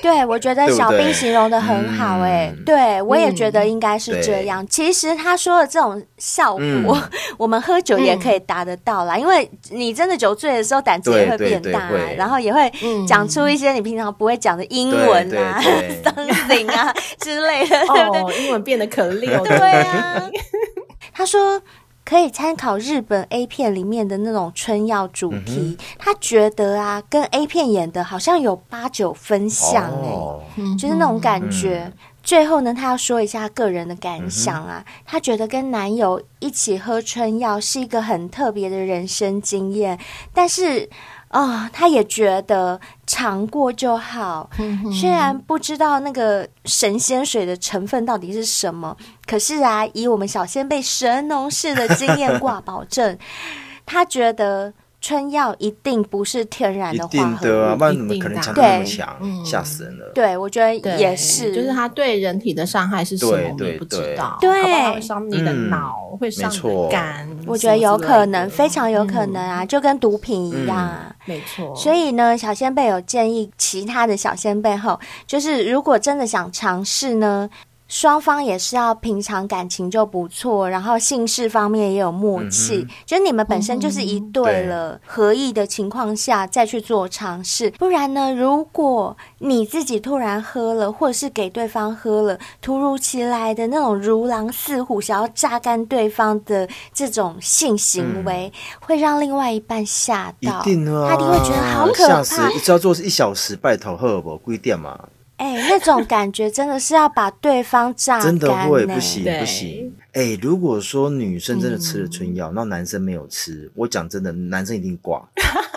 S2: 对，我觉得
S4: 对不
S2: 小兵
S4: 对
S2: 形容的很好、哎、
S4: 嗯
S2: 对我也觉得应该是这
S4: 对
S2: 样。其实他说的这种效果，
S4: 嗯
S2: 我们喝酒也可以达得到啦，因为你真的酒醉的时候胆子也
S4: 对
S2: 会
S4: 对
S2: 变
S4: 对
S2: 大、啊，
S4: 会
S2: 然后也会
S3: 嗯
S2: 讲出一些你平常不会讲的英
S4: 对
S2: 文
S4: 对嗯
S2: 啊、
S4: 对
S2: something 啊之类的，对不对？
S3: 哦，英文变得 可溜了。
S2: 对啊，他说可以参考日本 A 片里面的那种春药主题，他觉得啊，跟 A 片演的好像有八九分像哎、
S4: 哦，
S3: 嗯
S2: 就是那种
S4: 嗯
S2: 感觉。最后呢，他要说一下他个人的感想啊，
S4: 嗯
S2: 他觉得跟男友一起喝春药是一个很特别的人生经验，但是。哦，他也觉得尝过就好，
S3: 嗯
S2: 虽然不知道那个神仙水的成分到底是什么，可是啊，以我们小仙贝神农氏的经验挂保 证，他觉得春药一定不是天然
S4: 一
S2: 的化
S4: 定
S2: 合物。
S4: 的啊，不然怎么可能强度那么强？
S3: 对
S4: 吓死人了。
S2: 对，我觉得
S3: 对
S2: 也是，
S3: 就是它对人体的伤害是什么，
S4: 对
S3: 我们也不知道，
S2: 对对
S3: 搞不好它会伤你的
S4: 嗯
S3: 脑，会伤
S4: 没
S3: 你
S4: 错
S3: 的肝，
S2: 我觉得有可能，
S3: 什么之类的
S2: 非常有
S3: 嗯
S2: 可能啊，就跟毒品一样啊。
S3: 没错，
S2: 所以呢，小仙贝有建议其他的小仙贝后，就是如果真的想尝试呢，双方也是要平常感情就不错，然后性事方面也有默契，
S4: 嗯
S2: 就你们本身就是一对了，合意的情况下再去做尝试。不然呢，如果你自己突然喝了，或者是给对方喝了，突如其来的那种如狼似虎，想要榨干对方的这种性行为，会让另外一半吓
S4: 一
S2: 到，
S4: 定啊，
S2: 他一定会觉得好可
S4: 吓
S2: 怕
S4: 死！一要做是一小时，拜托赫伯规定嘛，
S2: 哎、那种感觉真的是要把对方榨啊干、
S4: 真
S2: 呢。
S4: 的会不行
S3: 对
S4: 不行。哎、如果说女生真的吃了春
S2: 嗯
S4: 药，那、男生没有吃，我讲真的，男生一定挂。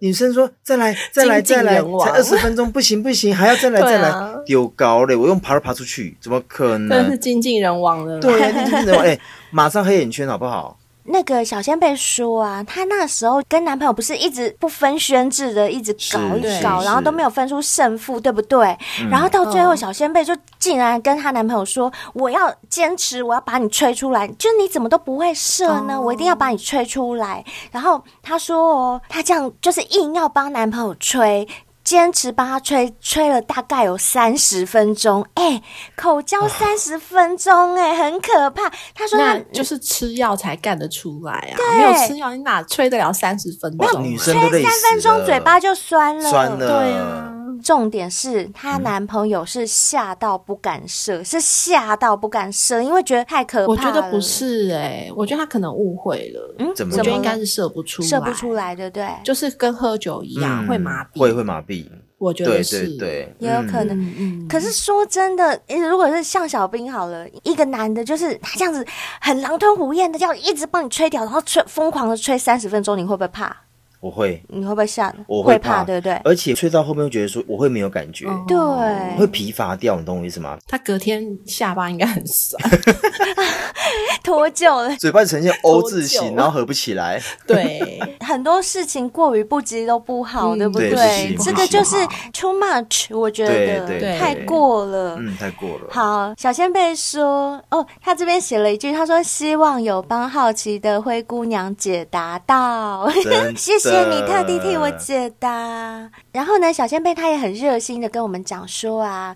S4: 女生说：“再来，再来，
S3: 精
S4: 再
S3: 尽
S4: 来，
S3: 人亡
S4: 才二十分钟，不行不行，还要再来
S3: 对
S4: 再来，
S3: 啊
S4: 丢高嘞！我用爬都爬出去，怎么可
S3: 真的 是
S4: 能？
S3: 精尽人亡了。
S4: 嗯对啊，你人哎、马上黑眼圈好不好？
S2: 那个小仙贝说啊，她那时候跟男朋友不是一直不分轩制的，一直搞
S4: 是
S2: 一
S3: 对
S2: 搞，然后
S4: 是
S2: 都没有分出胜负，对不对？然后到最后，
S3: 嗯
S2: 小仙贝就竟然跟她男朋友说：“我要坚持，我要把你吹出来，就你怎么都不会射呢？
S3: 哦
S2: 我一定要把你吹出来。”然后她说：“哦，她这样就是硬要帮男朋友吹。”坚持帮他吹，吹了大概有三十分钟，哎、口交三十分钟、哎，很可怕。她说她
S3: 那就是吃药才干得出来啊！
S2: 对
S3: 没有吃药，你哪吹得了三十分
S4: 哇，
S3: 钟？
S4: 女生都累
S2: 吹
S4: 死
S2: 三分钟
S4: 了
S2: 嘴巴就酸了，
S4: 酸了，
S3: 对啊，
S2: 重点是她男朋友是吓到不敢射，是吓到不敢射，因为觉得太可怕
S3: 我觉得
S2: 了
S3: 不，是哎、我觉得他可能误会了，
S2: 嗯，
S4: 怎么
S3: 我觉得
S4: 了
S3: 应该是射不出来，
S2: 射不出，来，对不对？
S3: 就是跟喝酒一
S4: 嗯
S3: 样、会麻痹，
S4: 会会麻痹，
S3: 我觉
S4: 对
S3: 得是
S4: 对，对，
S2: 也有可
S4: 嗯
S2: 能。
S3: 嗯嗯，
S2: 可是说真的，诶如果是像小兵好了，一个男的，就是他这样子很狼吞虎咽的，这样一直帮你吹掉，然后吹疯狂的吹三十分钟，你会不会怕？
S4: 我会，
S2: 你会不会吓？
S4: 我
S2: 会
S4: 怕，
S2: 对不对？
S4: 而且睡到后面会觉得说我会没有感觉，
S3: 哦
S2: 对，哎
S4: 会疲乏掉，你懂我意思吗？
S3: 他隔天下巴应该很 酸，
S2: 拖久了，
S4: 嘴巴呈 现 O 字
S3: 多
S4: 形，
S3: 久
S4: 然后合不起来，
S3: 对，
S2: 很多事情过于不及都不好，
S3: 嗯
S2: 对不
S4: 对不行
S2: 这
S4: 不
S2: 个
S4: 行
S2: 就是
S4: 好
S2: too much，我觉
S4: 对
S2: 得
S4: 对
S3: 对
S2: 太过了。
S4: 嗯，太过了。
S2: 好， 小仙贝说哦，他这边写了一句，他说希望有帮好奇的灰姑娘解答到，
S4: 真的
S2: 谢谢你特地替我解答。然后呢，小仙贝他也很热心的跟我们讲说啊，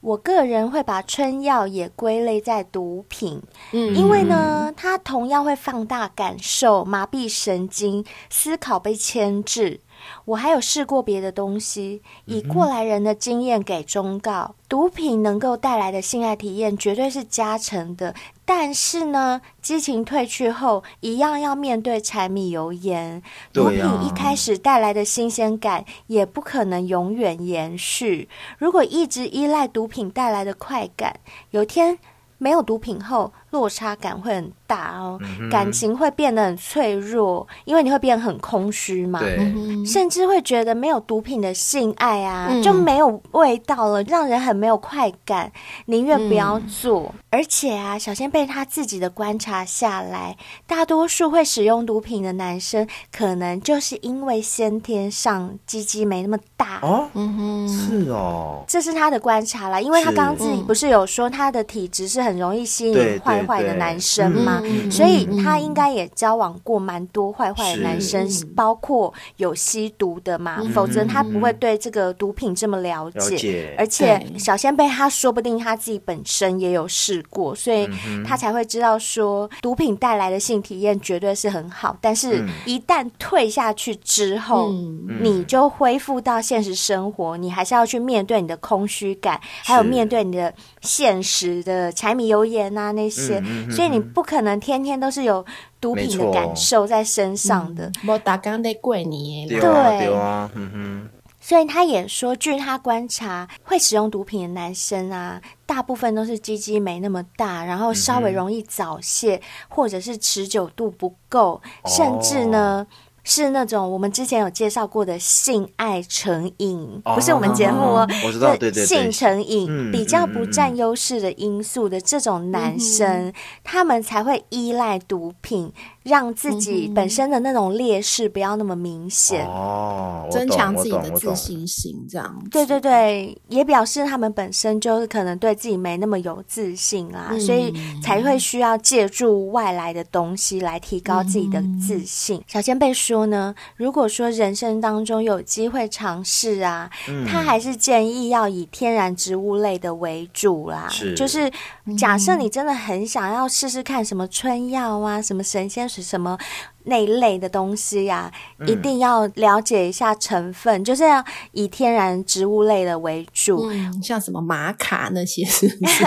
S2: 我个人会把春药也归类在毒品，
S3: 嗯
S2: 因为呢，它同样会放大感受、麻痹神经、思考被牵制。我还有试过别的东西，
S4: 嗯
S2: 以过来人的经验给忠告：毒品能够带来的性爱体验绝对是加成的，但是呢，激情褪去后，一样要面对柴米油盐。毒
S4: 对
S2: 品
S4: 呀
S2: 一开始带来的新鲜感也不可能永远延续。如果一直依赖毒品带来的快感，有一天没有毒品后，落差感会很大哦，
S4: 嗯
S2: 感情会变得很脆弱，因为你会变得很空虚嘛。
S4: 对，
S2: 甚至会觉得没有毒品的性爱啊，
S3: 嗯
S2: 就没有味道了，让人很没有快感，宁愿不
S3: 嗯
S2: 要做。而且啊，小仙贝他自己的观察下来，大多数会使用毒品的男生，可能就是因为先天上鸡鸡没那么大。
S4: 哦，
S3: 嗯哼，
S4: 是哦，
S2: 这是他的观察啦，因为他
S4: 是
S2: 刚刚自己
S3: 嗯
S2: 不是有说他的体质是很容易吸
S4: 对
S2: 引
S4: 对
S2: 坏坏的
S4: 对
S2: 男生吗？
S3: 嗯嗯
S2: 所以
S3: 嗯
S2: 他应该也交往过蛮多坏坏的男生
S3: 是，嗯
S2: 包括有吸毒的嘛，否则他不会对这个毒品这么了解。
S4: 了解
S2: 而且
S3: 对
S2: 小仙贝他说不定他自己本身也有试过，所
S3: 嗯
S2: 以他才会知道说毒品带来的性体验绝对是很好，但是
S4: 嗯
S2: 一旦退下去之后。
S3: 嗯
S2: 你就恢复到现实生活，你还是要去面对你的空虚感，还有面对你的现实的柴米油盐啊那些，
S4: 嗯嗯嗯
S2: 所以你不可能天天都是有毒品的
S4: 没错
S2: 感受在身上的。
S3: 我打刚在跪你耶
S4: 对
S3: 啦，
S4: 啊，
S2: 对
S4: 对啊，嗯
S2: 所以他也说，据他观察，会使用毒品的男生啊，大部分都是鸡鸡没那么大，然后稍
S4: 嗯
S2: 微容易早泄，或者是持久度不够，甚至呢。
S4: 哦
S2: 是那种我们之前有介绍过的性爱成瘾，
S4: 哦嗯
S2: 不是我们节目哦，
S4: 我知道
S2: 就是
S4: 对对对
S2: 性成瘾、
S4: 嗯嗯
S2: 比较不占优势的因素的这种男生，他们才会依赖毒品，让自己本身的那种劣势不要那么明
S4: 哼，
S2: 显。
S4: 哦，我懂
S3: 增强自己
S4: 我
S3: 的
S4: 懂我
S3: 自
S4: 懂
S3: 信心，这样子
S2: 对对对，也表示他们本身就是可能对自己没那么有自信啊，
S3: 嗯
S2: 所以
S3: 嗯
S2: 才会需要借助外来的东西来提高自己的自信。小仙贝说说呢，如果说人生当中有机会尝试啊，
S3: 嗯
S2: 他还是建议要以天然植物类的为主啦。
S4: 是
S2: 就是假设
S3: 嗯
S2: 你真的很想要试试看什么春药啊、什么神仙水、什么那一类的东西呀、一
S3: 嗯
S2: 定要了解一下成分，就是要以天然植物类的为主。
S3: 嗯，像什么玛卡那些是不 是？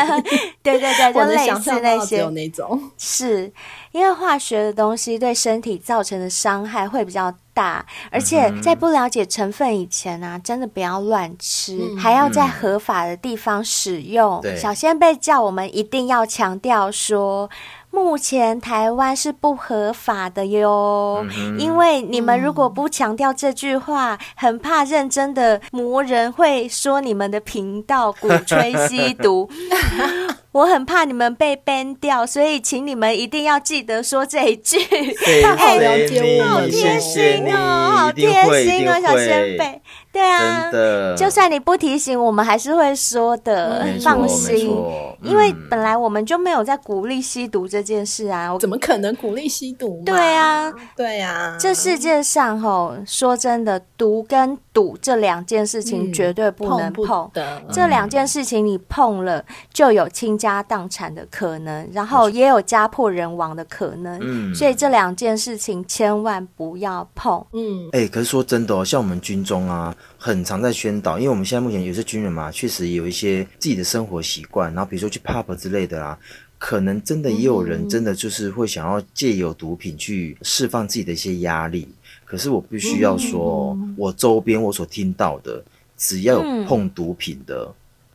S2: 对对对，就
S3: 我能
S2: 类
S3: 想
S2: 似
S3: 象
S2: 那
S3: 到只
S2: 些
S3: 有那种。
S2: 是因为化学的东西对身体造成的伤害会比较大，而且
S3: 嗯
S2: 在不了解成分以前啊，真的不要乱吃，
S3: 嗯
S2: 还要在合法的地方使用。
S4: 对
S2: 小仙贝叫我们一定要强调说。目前台湾是不合法的
S4: 嗯
S2: 哟，因为你们如果不强调这句话，很怕认真的魔人会说你们的频道鼓吹吸 毒，我很怕你们被 ban 掉，所以请你们一定要记得说这一句。
S4: 谢
S3: 好了
S4: 谢
S3: 解
S4: 你，
S3: 我们
S4: 谢
S2: 贴
S4: 谢
S2: 心
S4: 你，
S2: 哦，好
S4: 一定
S2: 贴
S4: 会，一
S2: 心
S4: 定
S2: 哦，小仙
S4: 会，
S2: 贝。对啊
S4: 真，的，
S2: 就算你不提醒，我们还是会说的
S4: 没，错
S2: 放
S4: 没
S2: 心。
S4: 错
S2: 因为
S4: 嗯
S2: 本来我们就没有在鼓励吸毒这件事啊，我
S3: 怎么可能鼓励吸毒嘛？
S2: 对啊，
S3: 对啊，
S2: 这世界上吼，说真的，毒跟赌这两件事情
S3: 嗯
S2: 绝对不能
S3: 不
S2: 碰。
S3: 的。
S2: 这两件事情你碰了，就有倾家荡产的可能，然后也有家破人亡的可能。
S4: 嗯
S2: 所以这两件事情千万不要碰。
S3: 嗯，
S4: 哎、可是说真的哦，像我们军中啊，很常在宣导，因为我们现在目前有些军人嘛，确实有一些自己的生活习惯，然后比如说去 pub 之类的啦、可能真的也有人真的就是会想要借由毒品去释放自己的一些压力。可是我必须要说、哦，我周边我所听到的，只要有碰毒品的，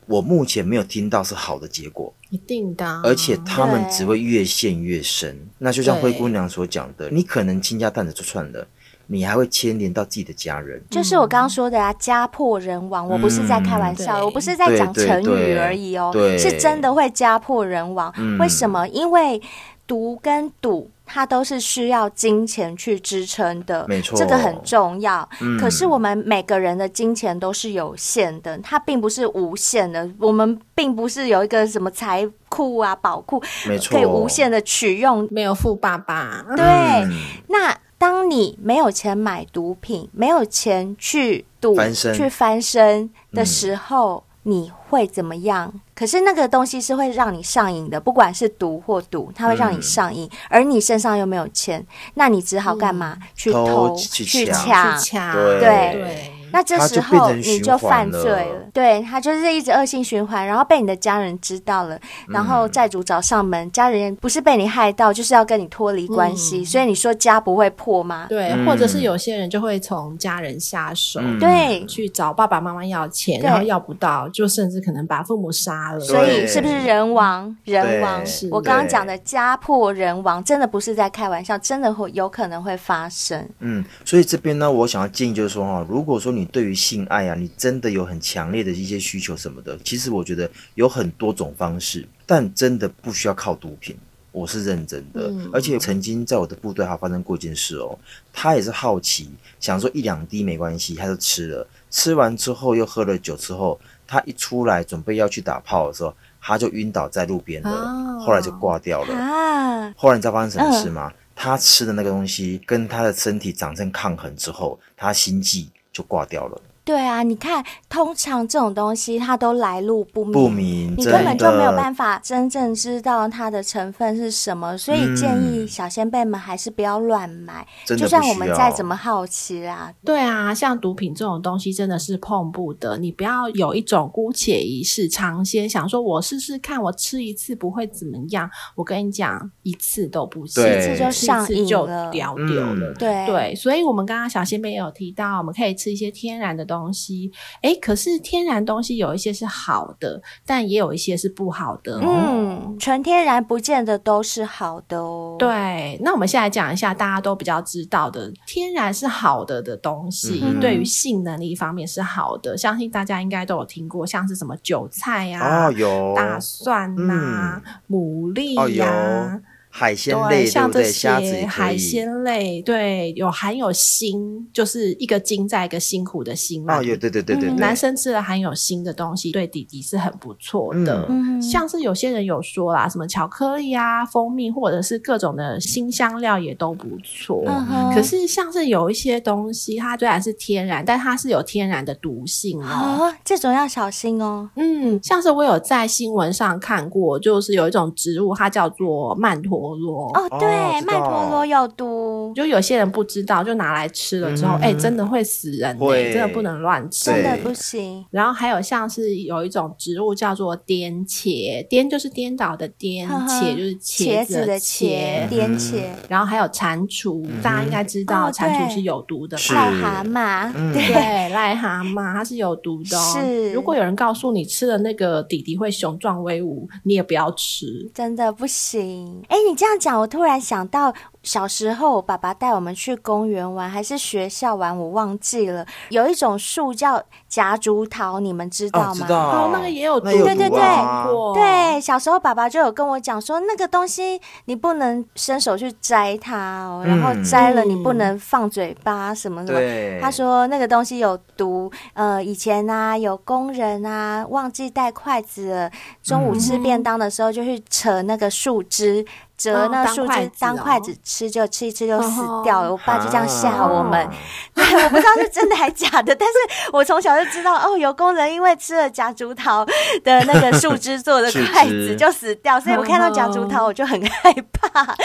S4: 我目前没有听到是好的结果。
S3: 一定的啊，
S4: 而且他们
S2: 对
S4: 只会越陷越深。那就像灰
S3: 对
S4: 姑娘所讲的，你可能倾家荡产就算了，你还会牵连到自己的家人。
S2: 就是我刚刚说的啊，家破人亡，我不是在开玩笑，
S3: 对
S2: 我不是在讲
S4: 对
S2: 成
S4: 对
S2: 语
S4: 对
S2: 而已哦，
S4: 对
S2: 是真的会家破人亡。
S4: 嗯
S2: 为什么？因为毒跟赌。它都是需要金钱去支撑的，
S4: 没错
S2: 这个很重要。
S4: 嗯
S2: 可是我们每个人的金钱都是有限的，它并不是无限的。我们并不是有一个什么财库啊、宝库
S4: 没错，
S2: 可以无限的取用。
S3: 没有富爸爸，
S2: 对，
S4: 嗯
S2: 那当你没有钱买毒品，没有钱去赌、
S4: 翻身
S2: 去翻身的时候，你会怎么样？可是那个东西是会让你上瘾的，不管是毒或赌，它会让你上瘾，
S4: 嗯
S2: 而你身上又没有钱，那你只好干嘛？去
S4: 偷
S2: 偷、
S4: 去
S2: 去
S4: 抢
S2: 抢
S3: 去。掐，
S4: 对
S3: 对，
S2: 那这时
S4: 它就变
S2: 候
S4: 成循
S2: 你就犯
S4: 环
S2: 罪
S4: 了
S2: 了，对他就是一直恶性循环，然后被你的家人知道了，
S4: 嗯
S2: 然后债主找上门，家人不是被你害到，就是要跟你脱离关
S4: 嗯
S2: 系，所以你说家不会破吗？
S3: 对，或者是有些人就会从家人下手。
S4: 嗯
S2: 对，
S3: 去找爸爸妈妈要钱，
S2: 对
S3: 然后要不到，就甚至可能把父母杀了。
S2: 所以
S4: 对
S2: 是不是人亡？人亡
S4: 是，
S2: 我刚刚
S4: 对
S2: 讲的家破人亡，真的不是在开玩笑，真的会有可能会发生。
S4: 嗯，所以这边呢，我想要建议就是说哈、如果说你对于性爱啊，你真的有很强烈的一些需求什么的，其实我觉得有很多种方式，但真的不需要靠毒品。我是认真的，而且曾经在我的部队还发生过一件事哦，他也是好奇，想说一两滴没关系，他就吃了，吃完之后又喝了酒之后，他一出来准备要去打炮的时候，他就晕倒在路边了，
S3: 哦
S4: 后来就挂掉了。
S2: 啊，
S4: 后来你知道发生什么事吗？他吃的那个东西跟他的身体长成抗衡之后，他心悸就挂掉了，
S2: 对啊，你看，通常这种东西它都来路不明，
S4: 不明
S2: 你
S4: 真
S2: 根本就没有
S4: 的。
S2: 办法真正知道它的成分是什么，所以
S4: 嗯
S2: 建议小先辈们还是不要乱买。
S4: 真的
S2: 就
S4: 不
S2: 算我们
S4: 需要
S2: 再怎么好奇啦，
S3: 对啊，像毒品这种东西真的是碰不得，你不要有一种姑且一试、尝鲜，想说我试试看，我吃一次不会怎么样。我跟你讲，一次都不行，
S4: 对一次就
S2: 上瘾了
S3: 一次就掉掉了。
S4: 嗯
S2: 对
S3: 对，所以我们刚刚小仙贝也有提到，我们可以吃一些天然的东西。诶，可是天然东西有一些是好的，但也有一些是不好的。哦
S2: 嗯，纯天然不见得都是好的哦。，
S3: 对，那我们现在讲一下大家都比较知道的，天然是好的的东西，
S4: 嗯哼
S3: 对于性能力方面是好的，相信大家应该都有听过，像是什么韭菜呀、啊
S4: 哦，有嗯
S3: 大蒜呐、牡蛎呀、
S4: 哦有海鲜
S3: 对，
S4: 类对
S3: 像
S4: 不
S3: 这
S4: 对？虾子
S3: 些
S4: 也可
S3: 海
S4: 以。
S3: 鲜类，对，有含有锌，就是一个金在一个辛苦的辛嘛。
S4: 哦，有对对对对
S3: 嗯
S4: 对，
S3: 男生吃了含有锌的东西，对弟弟是很不错的。
S4: 嗯
S2: 嗯
S3: 像是有些人有说啦，什么巧克力啊、蜂蜜，或者是各种的新香料也都不错。
S2: 嗯哼
S3: 可是像是有一些东西，它虽然是天然，但它是有天然的毒性哦。
S2: 啊，这种要小心哦。
S3: 嗯，像是我有在新闻上看过，就是有一种植物，它叫做曼陀罗。
S2: 哦，
S4: 哦
S2: 对，
S4: 知
S2: 曼陀
S4: 道
S2: 罗有毒，
S3: 就有些人不知道，就拿来吃了之后，
S4: 嗯
S3: 哎、真的会死人、欸，
S4: 会
S3: 真的不能乱吃。
S2: 真的
S4: 对
S2: 不行。
S3: 然后还有像是有一种植物叫做颠茄，颠就是颠倒的颠，
S2: 呵呵
S3: 茄就是
S2: 茄
S3: 子
S2: 子的
S3: 茄
S2: 茄，。
S4: 嗯
S2: 连
S4: 哼
S2: 茄，
S3: 然后还有蟾蜍，大家应该知道
S2: 哦
S3: 蟾蜍
S2: 对
S3: 是有毒的
S4: 嗯
S3: 吧？
S4: 是
S2: 癞蛤蟆，
S4: 嗯
S3: 对，
S2: 对，
S3: 癞蛤蟆它是有毒的、哦。
S2: 是
S3: 如果有人告诉你吃了那个底底会雄壮威武，你也不要吃。
S2: 真的不行。哎，你这样讲，我突然想到小时候，我爸爸带我们去公园玩，还是学校玩，我忘记了。有一种树叫夹竹桃，你们知道
S4: 哦，
S2: 吗？
S4: 知道
S3: 哦，那个也有毒，
S4: 那有
S2: 对对
S4: 毒啊
S3: 看过
S2: 对，小时候爸爸就有跟我讲说，那个东西你不能伸手去摘它哦，然后
S4: 嗯
S2: 摘了你
S3: 嗯
S2: 不能放嘴巴什么什么。
S4: 对，
S2: 他说那个东西有毒，呃，以前啊有工人啊忘记带筷子了，中午吃
S3: 嗯
S2: 便当的时候就去扯那个树枝，折
S3: 哦
S2: 那
S3: 当
S2: 树
S3: 筷
S2: 枝
S3: 子
S2: 当
S3: 哦
S2: 筷子吃，就吃一吃就死
S3: 哦
S2: 掉了。我爸就这样吓我们，
S4: 啊
S2: 对，我不知道哦是真的还假的，但是我从小就知道哦，有工人因为吃了夹竹桃的那个树枝做的
S4: 树
S2: 筷子
S4: 枝
S2: 就死掉，所以我看到夹竹桃我就很害怕。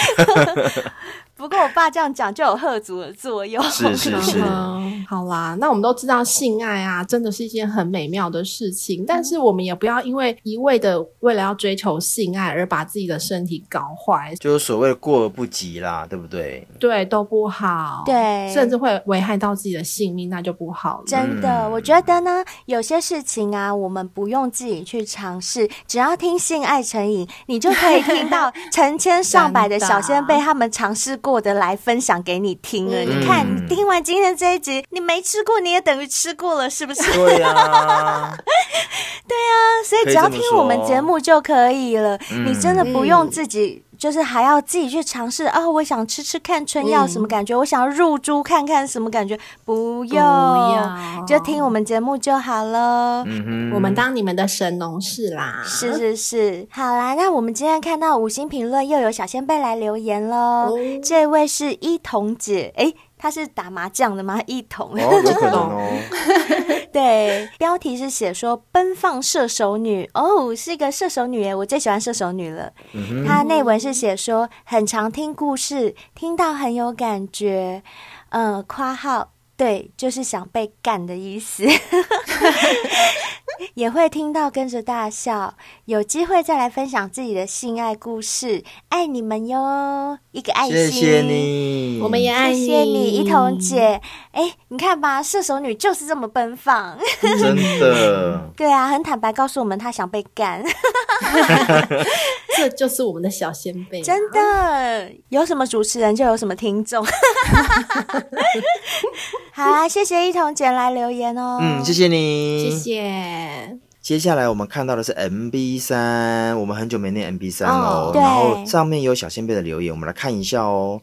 S2: 不过我爸这样讲就有吓阻的作用，
S4: 是是是
S3: 嗯好啦，那我们都知道性爱啊，真的是一件很美妙的事
S2: 嗯
S3: 情，但是我们也不要因为一味的为了要追求性爱而把自己的身体搞坏，
S4: 就是所谓的过而不及啦，对不对？
S3: 对都不好，
S2: 对
S3: 甚至会危害到自己的性命，那就不好了。
S2: 真的，
S4: 嗯
S2: 我觉得呢，有些事情啊，我们不用自己去尝试，只要听性爱成瘾，你就可以听到成千上百的小先辈他们尝试过的来分享给你听了。
S3: 嗯
S2: 你看，
S4: 嗯
S2: 听完今天这一集，你没吃过，你也等于吃过了，是不是？
S4: 对呀，哦
S2: 所以
S4: 可
S2: 只
S4: 以
S2: 要
S4: 这么
S2: 听我们
S4: 说
S2: 节目就可以了，你真的不用
S3: 嗯
S2: 自己。就是还要自己去尝试哦，我想吃吃看春药什么
S3: 嗯
S2: 感觉，我想要入珠看看什么感觉，不
S3: 不
S2: 用，
S3: 要
S2: 就听我们节目就好喽。
S4: 嗯哼，
S3: 我们当你们的神农氏啦，
S4: 嗯
S2: 是是是，好啦，那我们今天看到五星评论又有小先辈来留言喽。
S3: 哦
S2: 这位是一彤姐，诶，她是打麻将的吗？一彤，
S4: 哦，有可能哦，
S2: 对，标题是写说奔放射手女哦，是一个射手女耶，我最喜欢射手女了。
S4: 嗯哼，
S2: 她内文是写说很常听故事，听到很有感觉，嗯、呃，括号。对，就是想被干的意思， 也会听到跟着大笑。有机会再来分享自己的性爱故事，爱你们哟！一个爱心，
S4: 谢谢你，
S3: 我们也爱
S2: 嗯谢谢你，一彤，姐。哎，你看吧，射手女就是这么奔放。
S4: 真的。
S2: 对啊，很坦白告诉我们，她想被干，
S3: 这就是我们的小先辈，
S2: 真的。有什么主持人就有什么听众。 好啊，谢谢一彤姐来留言哦。
S4: 嗯，谢。谢
S3: 谢
S4: 你，。
S3: 谢。
S4: 接下来我们看到的是 MB 三，我们很久没念 MB 三哦。
S3: 哦
S2: 对
S4: 然后上面有小先辈的留言，我们来看一下哦。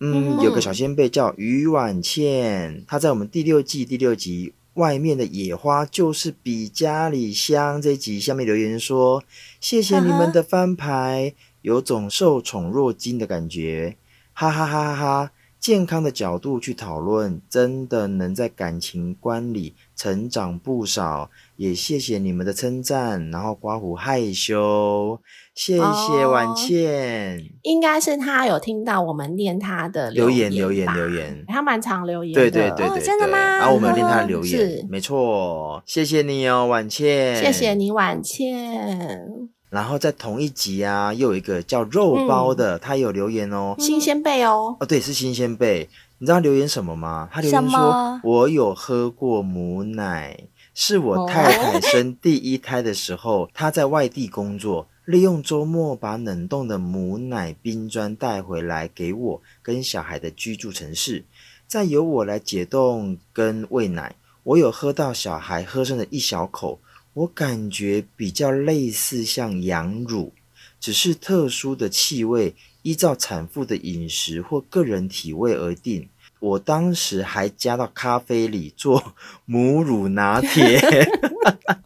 S4: 嗯，有个小先辈叫于婉倩，她在我们第六季第六集《外面的野花就是比家里香》这集下面留言说：“谢谢你们的翻牌，有种受宠若惊的感觉，哈哈哈哈哈！健康的角度去讨论，真的能在感情观里成长不少。也谢谢你们的称赞，然后刮胡害羞，谢谢
S3: 哦
S4: 婉倩、
S3: 应该是他有听到我们念他的
S4: 留言
S3: 留
S4: 留言
S3: 吧
S4: 留言
S3: 他蛮常留言
S4: 对
S3: 的，
S4: 对对对
S2: 哦
S4: 对，
S2: 真的吗
S4: 然后我们念他的留
S3: 是
S4: 言，没错，谢谢你哦，婉倩，
S3: 谢谢。你婉
S2: 嗯
S3: 倩，
S4: 然后在同一集啊，又有一个叫肉包的，他有留言哦，
S3: 新鲜贝哦，
S4: 哦，对，是新鲜贝。你知道留言什么吗？他留言
S2: 什么
S4: 说：“我有喝过母奶，是我
S2: 哦
S4: 太太生第一胎的时候，她在外地工作，利用周末把冷冻的母奶冰砖带回来给我跟小孩的居住城市，再由我来解冻跟喂奶。我有喝到小孩喝剩的一小口，我感觉比较类似像羊乳，只是特殊的气味依照产妇的饮食或个人体味而定。我当时还加到咖啡里做母乳拿铁，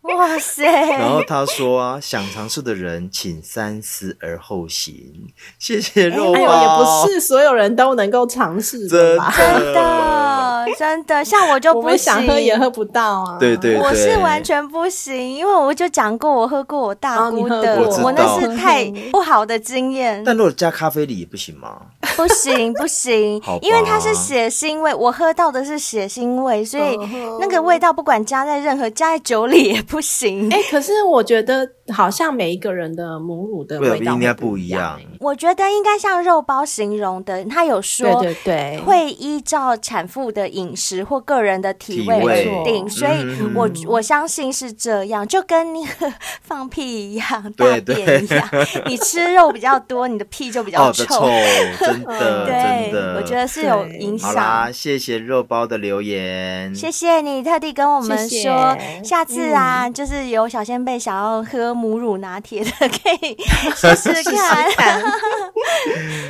S2: 哇塞，
S4: 然后他说啊，想尝试的人请三思而后行。谢谢肉包，
S3: 哎呦，也不是所有人都能够尝试
S4: 真
S3: 的吧？
S2: 真的真的，像我就
S3: 我
S2: 不
S3: 们
S2: 行，
S3: 想喝也喝不到啊。
S4: 对对对，
S2: 我是完全不行，因为我就讲过我喝过我大姑的，
S3: 哦
S4: 你喝过
S2: 我
S4: 我知道
S2: 那是太
S4: 嗯
S2: 不好的经验，
S4: 但如果加咖啡里也不行吗？
S2: 不行不行
S4: 好吧，
S2: 因为它是血腥味，我喝到的是血腥味，所以
S3: 嗯哼
S2: 那个味道不管加在任何加在酒里也不行。
S3: 哎、可是我觉得好像每一个人的母乳的味道
S4: 应该
S3: 会不
S4: 不一
S3: 样
S4: 样
S3: 欸。。
S2: 我觉得应该像肉包形容的，他有说
S3: 对对对，
S2: 会依照产妇的饮食或个人的体
S4: 体
S2: 味
S4: 味
S2: 而定，
S3: 没错
S2: 所以
S4: 嗯
S2: 我、我相信是这样，就跟你 放屁一样，大
S4: 对
S2: 便一样，你吃肉比较多，你的屁就比较嗯
S4: 哦，的臭，真的
S2: 对
S4: 真，的，
S2: 我觉得是有影
S4: 好
S2: 响
S4: 啦，。谢谢肉包的留言，
S2: 谢谢你特地跟我们
S3: 谢谢嗯
S2: 说，下次啊，就是有小先辈想要喝母乳拿铁的，可 以试试看。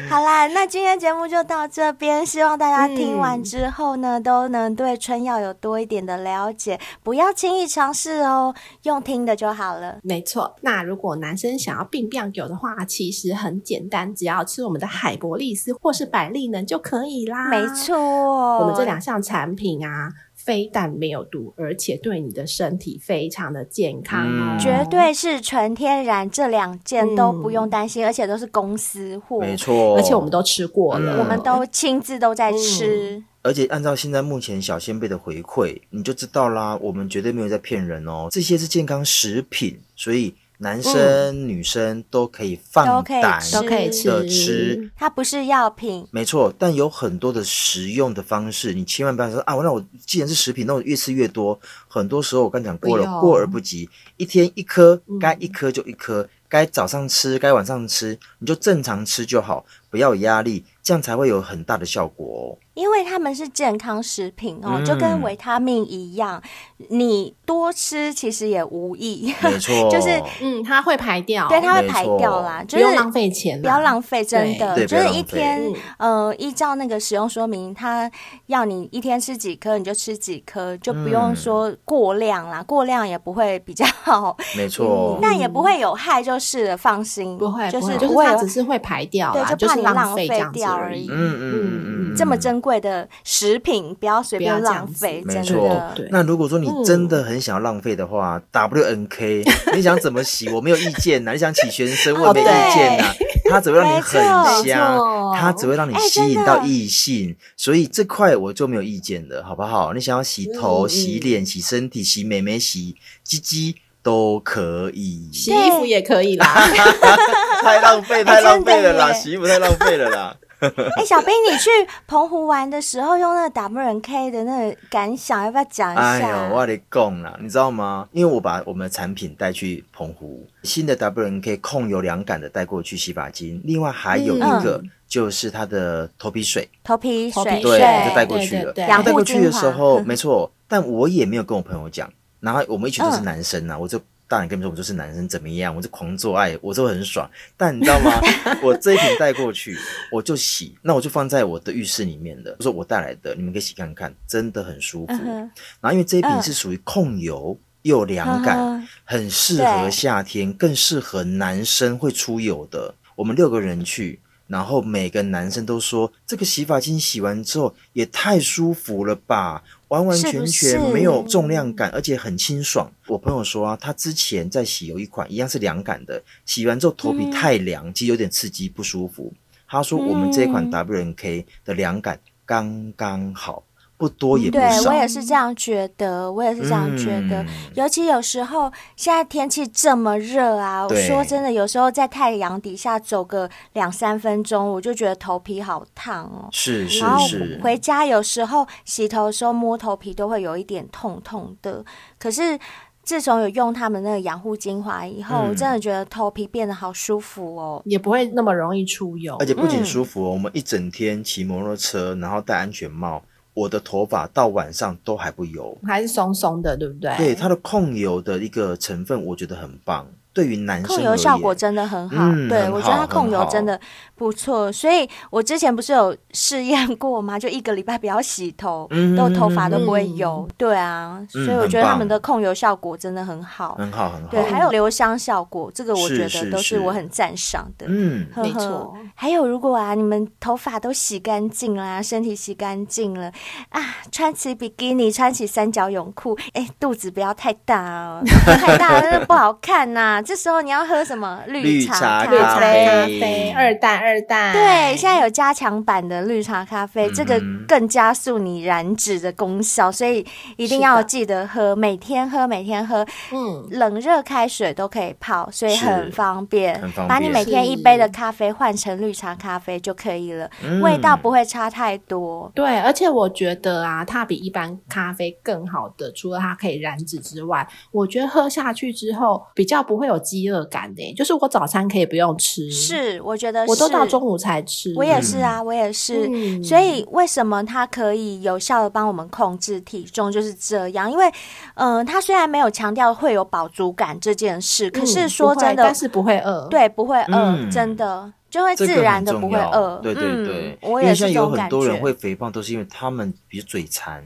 S2: 好啦，那今天节目就到这边，希望大家听完之后呢，都能对春药有多一点的了解，不要轻易尝试哦，用听的就好了。
S3: 没错。那如果男生想要病变酒的话，其实很简单，只要吃我们的海博利斯或是百利能就可以啦。
S2: 没错，
S3: 我
S2: 我
S3: 们这两项产品啊，非但没有毒，而且对你的身体非常的健康哦、
S4: 嗯
S2: 绝对是纯天然，这两件都不
S3: 嗯
S2: 用担心，而且都是公司货，
S4: 没错，
S3: 而且我们都吃过了，
S4: 嗯
S2: 我们都亲自都在吃。
S3: 嗯
S4: 而且按照现在目前小先辈的回馈，你就知道啦，我们绝对没有在骗人哦，这些是健康食品，所以男生、女生都可以
S2: 嗯都
S4: 放
S2: 可以
S4: 胆
S2: 吃
S3: 都可以
S4: 的吃。
S2: 它不是药品，
S4: 没错，但有很多的食用的方式，你千万不要说啊，那我既然是食品，那我越吃越多。很多时候我刚讲过
S3: 不
S4: 了，
S3: 要
S4: 过而不及，一天一颗，该一颗就一颗，该早上吃，该晚上吃，你就正常吃就好，不要有压力，这样才会有很大的效果哦。
S2: 因为它们是健康食品哦，
S4: 嗯
S2: 就跟维他命一样，你多吃其实也无益，
S4: 没错，
S2: 就是
S3: 嗯，它会排掉，
S2: 对，它会
S4: 没
S2: 排
S4: 错
S2: 掉啦，就
S3: 不
S2: 是
S3: 用浪费钱，啊
S2: 不要。浪费，真的
S4: 对
S2: 就是
S4: 不要
S2: 一
S4: 浪费
S2: 天
S3: 嗯，
S2: 呃，依照那个使用说明，它要你一天吃几颗，你就吃几颗，就不用
S4: 嗯
S2: 说过量啦，过量也不会比较好，
S4: 没错。
S2: 但也不会有害，就是了，放心，
S3: 不会，
S2: 就
S3: 不会
S2: 是
S3: 就
S2: 不
S3: 是
S2: 会
S3: 它
S2: 有
S3: 只是会排掉啦，
S2: 对就怕
S3: 是
S2: 你
S3: 浪
S2: 浪
S3: 费
S2: 费
S3: 这样子
S2: 掉
S3: 而
S2: 而
S3: 已
S2: 已。
S4: 嗯嗯嗯嗯，
S2: 这么珍贵的食品，不要随
S3: 不要
S2: 便
S3: 这样
S2: 浪
S3: 子
S2: 费，
S4: 没
S2: 真
S4: 错
S2: 的。嗯
S3: 对
S4: 那如果说你真的很想要浪费的话、w N K，你想怎么洗，我没有意见呐、你想起全身，我也没意见呐、它只会让你很
S2: 哦没
S4: 香
S3: 错，
S4: 它只会让你
S2: 哎
S4: 吸
S2: 真
S4: 引
S2: 的
S4: 到异性，所以这块我就没有意见了，好不好？你想要洗头、
S3: 嗯嗯
S4: 洗脸、洗身体、洗美眉、洗鸡鸡都可以。
S3: 洗衣服也可以啦，
S4: 太浪费，太浪费了
S2: 哎真的
S4: 啦！
S2: 耶
S4: 洗衣服太浪费了啦。
S2: 哎、小兵，你去澎湖玩的时候用那个 W N K 的那个感想，要不要讲一
S4: 哎
S2: 下？
S4: 呦，我的供啦，你知道吗？因为我把我们的产品带去澎湖，新的 WNK 控油凉感的带过去洗发精，另外还有一
S2: 嗯
S4: 个就是它的头皮水，
S2: 头皮水，
S3: 头皮
S4: 对，
S3: 水
S4: 我就带过去了。
S3: 对对对
S4: 那带过去的
S2: 养护嗯
S4: 时
S2: 精华
S4: 候，没错，但我也没有跟我朋友讲，然后我们一群都是
S2: 嗯
S4: 男生呐、啊我就。大胆跟你们说，我就是男生怎么样，我就狂做爱，我就很爽。但你知道 吗？我这一瓶带过去，我就洗，那我就放在我的浴室里面的，我说我带来的，你们可以洗看看，真的很舒服。
S2: 嗯哼，
S4: 然后因为这一瓶
S2: 嗯
S4: 是属于控油又有凉感，
S3: 哦
S2: 嗯哼
S4: 很适合夏天，更适合男生会出油的。我们六个人去，然后每个男生都说这个洗发精洗完之后也太舒服了吧，完完全
S2: 是
S4: 全
S2: 不是
S4: 没有重量感，而且很清爽。我朋友说啊，他之前在洗有一款一样是凉感的，洗完之后头皮太凉，其实有点刺激不舒服。他说我们这一款
S2: 嗯
S4: W N K 的凉感刚刚好，不多也不
S2: 对
S4: 少
S2: 我。也是这样觉得，我也是这样觉得。
S4: 嗯
S2: 尤其有时候现在天气这么热啊，我
S4: 对
S2: 说真的，有时候在太阳底下走个两三分钟，我就觉得头皮好烫哦。
S4: 是是
S2: 然后
S4: 是，
S2: 回家有时候洗头的时候摸头皮都会有一点痛痛的，可是自从有用他们那个养护精华以后，
S4: 嗯
S2: 我真的觉得头皮变得好舒服哦。
S3: 也不会那么容易出油
S4: 而。且不仅
S2: 嗯
S4: 舒服、哦，我们一整天骑摩托车，然后戴安全帽，我的头发到晚上都还不油。
S3: 还是松松的，对不对？
S4: 对它的控油的一个成分，我觉得很棒。对于男生
S2: 控
S4: 而
S2: 油
S4: 言
S2: 效果真的很好，
S4: 嗯
S2: 对
S4: 很
S2: 我觉得它
S4: 好
S2: 控
S4: 很
S2: 油
S4: 好
S2: 真的不错。所以我之前不是有试验过吗？ 就一个礼拜不要洗头，
S4: 嗯
S2: 都头发都不会
S3: 嗯
S2: 油。对啊，所
S4: 嗯
S2: 以我
S4: 很
S2: 觉得他
S4: 棒
S2: 们的控油效果真的很好。
S4: 很好很好。
S2: 对，还有留香效果，这个我
S4: 是
S2: 觉得
S4: 是
S2: 都是
S4: 是
S2: 我很赞赏的。
S4: 嗯，
S2: 呵呵
S3: 没错。
S2: 还有，如果啊，你们头发都洗干净啦，身体洗干净了啊，穿起比基尼，穿起三角泳裤，哎，肚子不要太大哦，太大了那不好看呐、 这时候你要喝什么绿
S4: 绿
S2: 茶
S4: 茶
S2: 咖
S3: 绿茶咖
S4: 咖
S3: 啡
S4: 啡
S3: 二代二代，
S2: 对，现在有加强版的绿茶咖啡，这个
S4: 嗯哼
S2: 更加速你燃脂的功效，所以一定要
S3: 是的
S2: 记得喝，每天喝，每天喝。
S3: 嗯，
S2: 冷热开水都可以泡，所以
S4: 是
S2: 很方便。
S4: 很方便
S2: 把你每天一
S3: 是
S2: 杯的咖啡换成绿茶咖啡就可以了，味
S4: 嗯
S2: 道不会差太多。
S3: 对，而且我觉得啊，它比一般咖啡更好的，除了它可以燃脂之外，我觉得喝下去之后比较不会有饥饿感的、欸就是我早餐可以不用吃，
S4: 嗯
S2: 是，我觉得
S3: 我都
S2: 是
S3: 到中，午才吃，
S2: 我也是啊，我也是。
S3: 嗯
S2: 所以为什么它可以有效的帮我们控制体重，就是这样。因为，嗯、它虽然没有强调会有饱足感这件事，可是
S3: 嗯
S2: 说
S3: 不会
S2: 真的，
S3: 但是不会饿，，
S2: 对，不会饿，
S4: 嗯
S2: 真的就会
S4: 这
S2: 自
S4: 个
S2: 然
S4: 很
S2: 的
S4: 重
S2: 不会
S4: 要
S2: 饿。
S4: 对对对，
S2: 嗯、我
S4: 因
S2: 也
S4: 为
S2: 是这
S4: 像有
S2: 种感
S4: 很
S2: 觉。
S4: 多人会肥胖，都是因为他们比如嘴馋，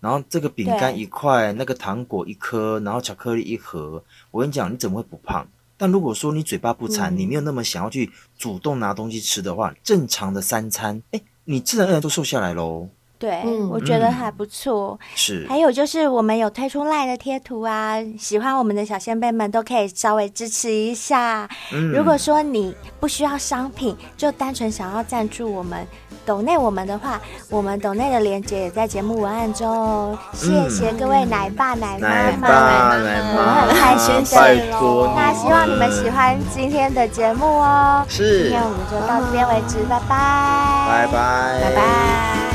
S4: 然后这个饼干
S2: 对
S4: 一块，那个糖果一颗，然后巧克力一盒。我跟你讲，你怎么会不胖？但如果说你嘴巴不馋，
S3: 嗯
S4: 你没有那么想要去主动拿东西吃的话，正常的三餐，哎，你自然而然就瘦下来喽。
S2: 对，
S3: 嗯
S2: 我觉得
S4: 嗯
S2: 还不错。
S4: 是，
S2: 还有就是我们有推出赖的贴图啊，喜欢我们的小先辈们都可以稍微支持一下。
S4: 嗯
S2: 如果说你不需要商品，就单纯想要赞助我们。抖内我们的话，我们抖内的链接也在节目文案中哦。谢谢各位奶爸奶妈
S4: 嗯奶
S2: 们，
S4: 爸奶
S2: 我们
S4: 妈，
S2: 很开心的。
S4: 拜托你
S2: 那希望你们喜欢今天的节目哦。今
S4: 是
S2: 天，我们就到这边为止，拜拜，
S4: 拜拜，拜
S2: 拜拜。